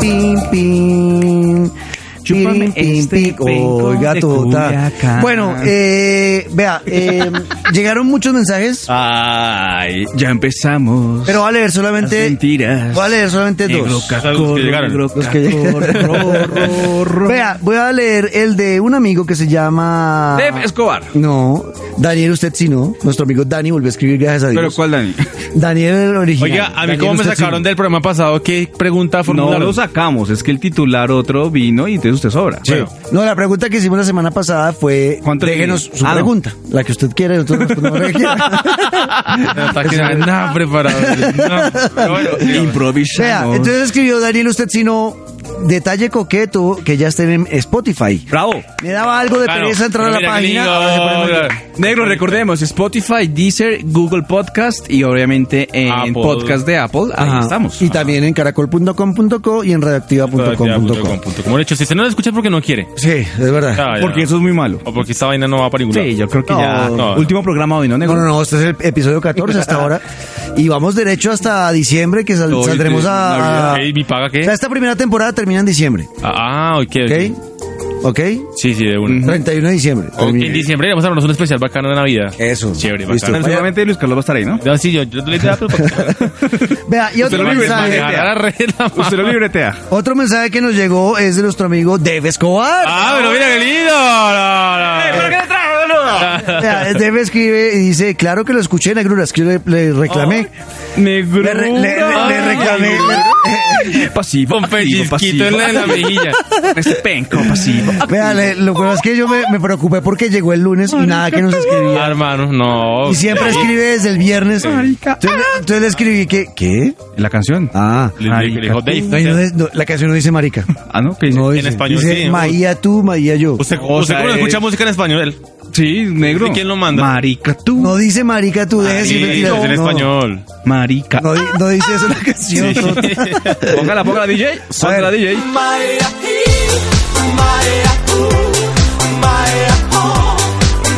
Speaker 1: Pim, pim.
Speaker 3: Chúpame
Speaker 1: Pim,
Speaker 3: este
Speaker 1: pim, pim.
Speaker 3: penco
Speaker 1: Oiga,
Speaker 3: de
Speaker 1: tota.
Speaker 3: Culiacán.
Speaker 1: Bueno, eh, vea, eh, llegaron muchos mensajes,
Speaker 3: Ah, Ay, ya empezamos.
Speaker 1: pero voy a leer
Speaker 3: Las
Speaker 1: solamente.
Speaker 3: mentiras.
Speaker 1: Voy a leer solamente
Speaker 3: Negro
Speaker 1: dos.
Speaker 2: Los
Speaker 3: cacorro,
Speaker 2: que llegaron.
Speaker 3: negro
Speaker 1: Los que
Speaker 3: cacorro.
Speaker 1: Vea, voy a leer el de un amigo que se llama.
Speaker 3: Def Escobar.
Speaker 1: No, Daniel, usted sí no. Nuestro amigo Dani volvió a escribir, gracias a Dios.
Speaker 3: Pero ¿cuál, Dani?
Speaker 1: Daniel el original.
Speaker 2: Oiga, a mí
Speaker 1: Daniel,
Speaker 2: cómo me
Speaker 1: usted sí
Speaker 2: sacaron
Speaker 1: no.
Speaker 2: del programa pasado, ¿qué pregunta
Speaker 3: No lo
Speaker 2: formularon?
Speaker 3: sacamos, es que el titular otro vino y entonces usted sobra.
Speaker 1: Sí. No, la pregunta que hicimos la semana pasada fue,
Speaker 3: ¿Cuánto
Speaker 1: déjenos
Speaker 3: le-
Speaker 1: su
Speaker 3: Ah, no.
Speaker 1: pregunta, la que usted quiere, nosotros respondemos la que quiera.
Speaker 2: No, está que no hay nada preparado. No. Pero bueno,
Speaker 1: Vea,
Speaker 3: Improvisamos.
Speaker 1: entonces escribió Daniel, usted sí no, detalle coqueto que ya está en Spotify.
Speaker 3: Bravo.
Speaker 1: Me daba algo de
Speaker 2: Claro,
Speaker 1: pereza entrar a la
Speaker 2: mira,
Speaker 1: página.
Speaker 2: querido,
Speaker 1: ahora se pone muy bien.
Speaker 3: Negro, recordemos, Spotify, Deezer, Google Podcast y obviamente en
Speaker 2: Apple.
Speaker 3: podcast de Apple.
Speaker 1: Ajá.
Speaker 3: Ahí estamos. Ah,
Speaker 1: Y también en caracol.com.co y en
Speaker 2: Ah,
Speaker 1: radioactiva.com.co.
Speaker 2: Como el hecho, si usted no lo escucha es porque no quiere.
Speaker 1: Sí, es verdad.
Speaker 2: Ah, ya.
Speaker 3: Porque eso es muy malo.
Speaker 2: O porque esta vaina no va para ningún lado.
Speaker 3: Sí, yo creo que
Speaker 1: No,
Speaker 3: ya.
Speaker 2: no, no.
Speaker 3: Último programa hoy, ¿no,
Speaker 1: No,
Speaker 3: negro?
Speaker 1: no, no, este es el episodio 14 hasta ahora. Y vamos derecho hasta diciembre, que sal-
Speaker 3: Hoy
Speaker 1: saldremos
Speaker 3: de
Speaker 1: a...
Speaker 3: Navidad.
Speaker 2: Ey, ¿Mi paga
Speaker 1: O
Speaker 2: qué?
Speaker 1: sea, esta primera temporada termina en diciembre,
Speaker 2: Ah, ok.
Speaker 1: ¿ok?
Speaker 2: okay.
Speaker 1: ¿Ok?
Speaker 2: Sí, sí, de una.
Speaker 1: 31 de diciembre. termina.
Speaker 2: En diciembre vamos a darnos un especial bacano de Navidad.
Speaker 1: Eso.
Speaker 2: Chévere,
Speaker 1: Listo.
Speaker 2: bacano.
Speaker 3: Seguramente Luis Carlos va a estar ahí, ¿no?
Speaker 2: No, Ah, sí, yo, yo le dato.
Speaker 1: Vea, y otro
Speaker 3: lo vive,
Speaker 1: mensaje,
Speaker 3: maneja. Usted
Speaker 2: Usted
Speaker 3: lo libretea.
Speaker 1: otro mensaje que nos llegó es de nuestro amigo Dave Escobar.
Speaker 2: Ah, pero mira qué lindo. No, no.
Speaker 1: Vea, Dave escribe y dice, claro que lo escuché, negruras, que yo le, le reclamé.
Speaker 3: Negro.
Speaker 1: Le, re- le- le- le reclamé. le-
Speaker 3: pasivo,
Speaker 2: Con
Speaker 3: activo,
Speaker 2: pellizquito
Speaker 3: pasivo.
Speaker 2: en la, en la mejilla.
Speaker 3: Este penco pasivo.
Speaker 1: Vea, le- lo que pasa es que yo me, me preocupé porque llegó el lunes y nada que nos
Speaker 2: Ah,
Speaker 1: escribía.
Speaker 2: hermano, no.
Speaker 1: Y siempre escribe desde el viernes.
Speaker 3: Marica.
Speaker 1: Entonces, entonces le escribí que. ¿Qué?
Speaker 3: La canción.
Speaker 1: Ah.
Speaker 2: Le- le- le dijo, Dave,
Speaker 1: No, y no es- no, la canción no dice marica.
Speaker 3: Ah, no, que dice.
Speaker 1: No dice,
Speaker 2: español
Speaker 1: dice
Speaker 2: sí, ¿no?
Speaker 1: Maía tú, Maía yo.
Speaker 2: ¿Usted,
Speaker 3: O
Speaker 2: usted
Speaker 3: sea,
Speaker 2: cómo no
Speaker 3: es-
Speaker 2: escucha música en español?
Speaker 3: Sí, negro.
Speaker 2: ¿Y quién lo manda?
Speaker 3: Marica tú.
Speaker 1: No dice marica tú, deje de
Speaker 2: Sí,
Speaker 1: decir
Speaker 2: es
Speaker 1: mentiras.
Speaker 2: en
Speaker 1: No,
Speaker 2: español.
Speaker 3: Marica.
Speaker 1: No, di- no dice eso la canción. no.
Speaker 3: Póngala, póngala, DJ. Póngala, DJ.
Speaker 4: Marea hi, marea hu, marea ho,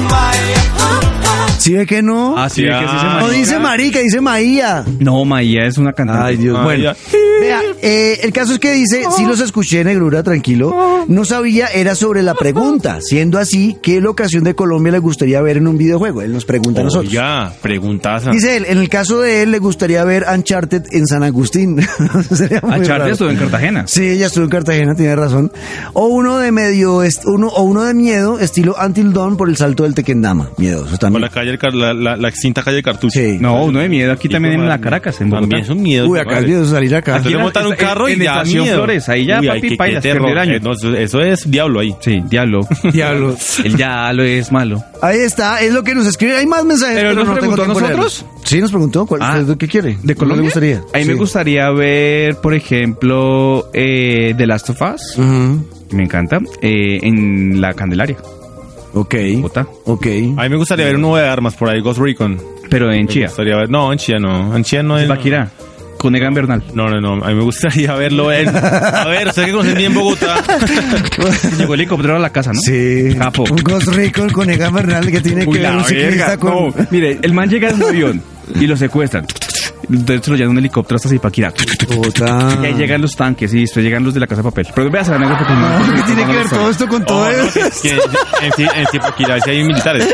Speaker 4: marea ha, ha.
Speaker 1: ¿Sí ve que no?
Speaker 3: Ah, sí, ve que sí dice
Speaker 2: Ah.
Speaker 1: no
Speaker 3: marica.
Speaker 1: dice marica, dice Maía.
Speaker 3: No, Maía es una cantante.
Speaker 1: Ay, Dios.
Speaker 2: Ah,
Speaker 1: bueno,
Speaker 2: ya.
Speaker 1: vea, eh, el caso es que dice, sí los escuché, negrura, tranquilo. No sabía, era sobre la pregunta. Siendo así, ¿qué locación de Colombia le gustaría ver en un videojuego? Él nos pregunta a nosotros.
Speaker 2: Oiga, preguntaza.
Speaker 1: Dice él, en el caso de él, le gustaría ver Uncharted en San Agustín. Sería muy
Speaker 3: Uncharted
Speaker 1: raro.
Speaker 3: estuvo en Cartagena.
Speaker 1: Sí, ella estuvo en Cartagena, tiene razón. O uno de medio, est- uno, o uno de miedo, estilo Until Dawn por el salto del Tequendama. Miedoso
Speaker 2: Por
Speaker 1: también.
Speaker 2: la calle, del Car- la, la, la extinta calle del Cartucho.
Speaker 1: Sí.
Speaker 3: No, uno de miedo aquí también en la Caracas, en Bogotá.
Speaker 2: También son miedos.
Speaker 1: Uy, acá es
Speaker 2: compadre.
Speaker 1: miedoso salir acá.
Speaker 2: Entonces
Speaker 3: Aquí
Speaker 2: le
Speaker 3: la-
Speaker 2: montan un
Speaker 3: está-
Speaker 2: carro y
Speaker 3: en
Speaker 2: ya
Speaker 3: Estación
Speaker 2: miedo.
Speaker 3: Flores, ahí ya,
Speaker 2: Uy,
Speaker 3: papi,
Speaker 2: ay, qué
Speaker 3: pailas,
Speaker 2: terror.
Speaker 3: perder año.
Speaker 2: Eh, no, eso, eso es diablo ahí.
Speaker 3: Sí, diablo.
Speaker 1: Diablo.
Speaker 3: El diablo es malo.
Speaker 1: Ahí está, es lo que nos escribe. Hay más mensajes,
Speaker 3: Pero
Speaker 1: pero,
Speaker 3: nos
Speaker 1: no tengo
Speaker 3: preguntó a
Speaker 1: tiempo de
Speaker 3: nosotros.
Speaker 1: leerlos. Sí, nos preguntó. ¿cuál,
Speaker 3: Ah.
Speaker 1: usted ¿Qué quiere?
Speaker 3: ¿De
Speaker 1: ¿Cuál
Speaker 3: Colombia?
Speaker 1: le gustaría?
Speaker 3: A mí me
Speaker 1: Sí.
Speaker 3: gustaría ver, por ejemplo, eh, The Last of Us.
Speaker 1: Ujú,
Speaker 3: Me encanta. eh, en la Candelaria,
Speaker 1: Ok.
Speaker 3: Bogotá.
Speaker 1: Ok.
Speaker 2: A mí me gustaría ver uno de armas por ahí, Ghost Recon.
Speaker 3: Pero en
Speaker 2: Me
Speaker 3: Chía.
Speaker 2: gustaría ver- No, en Chía no. En Chía no es.
Speaker 3: Baquirá. Con Egan Bernal.
Speaker 2: No, no, no. A mí me gustaría verlo en. A ver, usted que conoce bien Bogotá.
Speaker 1: Pues.
Speaker 3: Llegó el helicóptero a la casa, ¿no?
Speaker 1: Sí.
Speaker 3: Capo.
Speaker 1: Un Ghost Rico con Egan Bernal que tiene
Speaker 3: Uy,
Speaker 1: que ver
Speaker 3: la
Speaker 1: un ciclista
Speaker 3: verga.
Speaker 1: con.
Speaker 3: No, mire, el man llega en un avión y lo secuestran. Entonces lo llevan en un helicóptero hasta Zipaquirá.
Speaker 1: Bogotá.
Speaker 3: Y ahí llegan los tanques y después llegan los de la casa de papel. Pero veas la anécdota con
Speaker 1: Ah. ¿Qué tiene que ver todo esto con todo
Speaker 2: Oh, no,
Speaker 1: eso?
Speaker 2: que- que en, Ci- en Zipaquirá sí hay militares.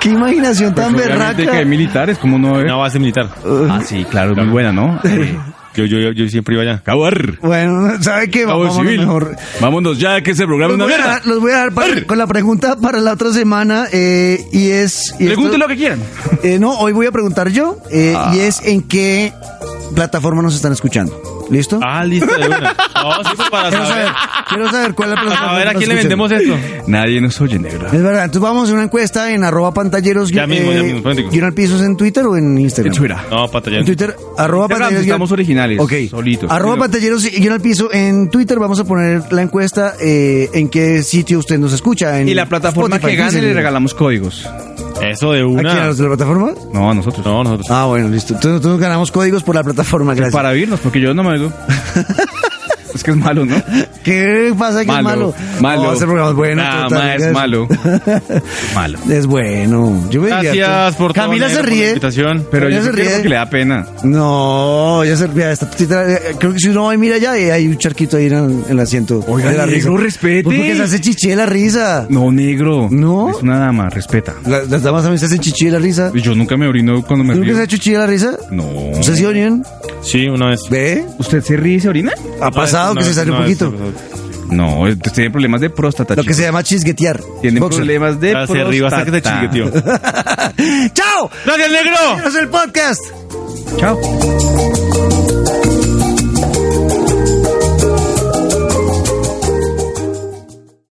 Speaker 1: Qué imaginación tan
Speaker 3: Pues Obviamente que hay
Speaker 1: berraca.
Speaker 3: militares, ¿cómo no? eh?
Speaker 2: Una base militar.
Speaker 3: Ah, sí, claro, es muy buena, ¿no? Eh,
Speaker 2: Yo, yo, yo, yo siempre iba allá.
Speaker 3: Cabar.
Speaker 1: Bueno, ¿sabe qué?
Speaker 3: Cabo
Speaker 1: Vamos
Speaker 3: civil.
Speaker 1: mejor.
Speaker 3: Vámonos ya, que ese programa
Speaker 1: Los
Speaker 3: es una
Speaker 1: voy, a
Speaker 3: mierda.
Speaker 1: dejar, los voy a dejar para- con la pregunta para la otra semana eh, y es... y esto-
Speaker 3: Pregunten lo que quieran.
Speaker 1: Eh, no, hoy voy a preguntar yo eh,
Speaker 2: Ah.
Speaker 1: y es en qué plataforma nos están escuchando. ¿Listo?
Speaker 2: Ah, listo, de una. No, sí, pues para
Speaker 1: quiero,
Speaker 2: saber.
Speaker 1: saber, quiero saber cuál es la plataforma.
Speaker 2: A ver, ¿a
Speaker 1: nos
Speaker 2: quién le
Speaker 1: escuchan.
Speaker 2: vendemos esto?
Speaker 3: Nadie nos oye, negro.
Speaker 1: Es verdad, entonces vamos a hacer una encuesta en arroba pantalleros
Speaker 2: Ya mismo, ya mismo, espérate.
Speaker 1: guión al piso, ¿es en Twitter o en Instagram.
Speaker 3: En Twitter.
Speaker 2: No, pantalla.
Speaker 1: En Twitter, arroba
Speaker 3: Instagram,
Speaker 1: pantalleros.
Speaker 3: estamos originales,
Speaker 1: Ok.
Speaker 3: solitos.
Speaker 1: Arroba
Speaker 3: Sí, no.
Speaker 1: pantalleros y al piso. En Twitter vamos a poner la encuesta eh, en qué sitio usted nos escucha. En
Speaker 3: Y la plataforma
Speaker 1: Spotify,
Speaker 3: que gane
Speaker 1: Deezer.
Speaker 3: le regalamos códigos.
Speaker 2: Eso de
Speaker 1: ¿A quién? ¿A
Speaker 2: una.
Speaker 1: los de la plataforma?
Speaker 3: No, a nosotros.
Speaker 2: No, nosotros.
Speaker 1: Ah, bueno, listo. Entonces nosotros ganamos códigos por la plataforma, gracias.
Speaker 3: Para oírnos, porque yo no me oigo. es que es malo, ¿no?
Speaker 1: ¿Qué pasa que
Speaker 3: Malo,
Speaker 1: es malo?
Speaker 3: malo.
Speaker 1: No, ese programa es bueno.
Speaker 3: Nah,
Speaker 1: total,
Speaker 3: ma, es
Speaker 1: gracias.
Speaker 3: malo. Malo.
Speaker 1: Es bueno. Yo me
Speaker 2: Gracias
Speaker 1: divierto.
Speaker 2: por todo,
Speaker 1: Camila se
Speaker 2: negro, por la
Speaker 1: ríe.
Speaker 2: invitación.
Speaker 3: Pero
Speaker 1: Pero
Speaker 3: yo
Speaker 1: se
Speaker 3: creo
Speaker 1: ríe.
Speaker 3: que le da pena.
Speaker 1: No, ya se ríe. Está, está- creo que si uno va y mira allá, eh, hay un charquito ahí en el, en el asiento.
Speaker 3: Oiga,
Speaker 1: de la
Speaker 3: Diego,
Speaker 1: risa.
Speaker 3: respete.
Speaker 1: Pues porque se hace chichi de la risa.
Speaker 3: No, negro.
Speaker 1: ¿No?
Speaker 3: Es una dama, respeta.
Speaker 1: La- Las damas también se hacen chichi de la risa.
Speaker 3: Y Yo nunca me orino cuando me
Speaker 1: ¿Nunca
Speaker 3: río.
Speaker 1: se ha hecho chichi de la risa?
Speaker 3: No.
Speaker 1: ¿No se ha bien?
Speaker 2: Sí, una vez.
Speaker 1: ¿Ve?
Speaker 3: ¿Usted se ríe y se orina?
Speaker 1: Ha pasado
Speaker 2: Una
Speaker 1: que se
Speaker 2: vez,
Speaker 1: sale un
Speaker 2: una vez,
Speaker 1: poquito.
Speaker 2: una vez.
Speaker 3: No, es- tiene problemas de próstata.
Speaker 1: Lo que
Speaker 3: chicos.
Speaker 1: se llama chisguetear.
Speaker 3: Tiene
Speaker 1: Boxer.
Speaker 3: problemas de
Speaker 2: Hacia
Speaker 3: próstata.
Speaker 2: arriba Ah, hasta que te chingueteó.
Speaker 1: ¡Chao!
Speaker 2: ¡Gracias, negro!
Speaker 1: ¡Es el podcast!
Speaker 3: Chao.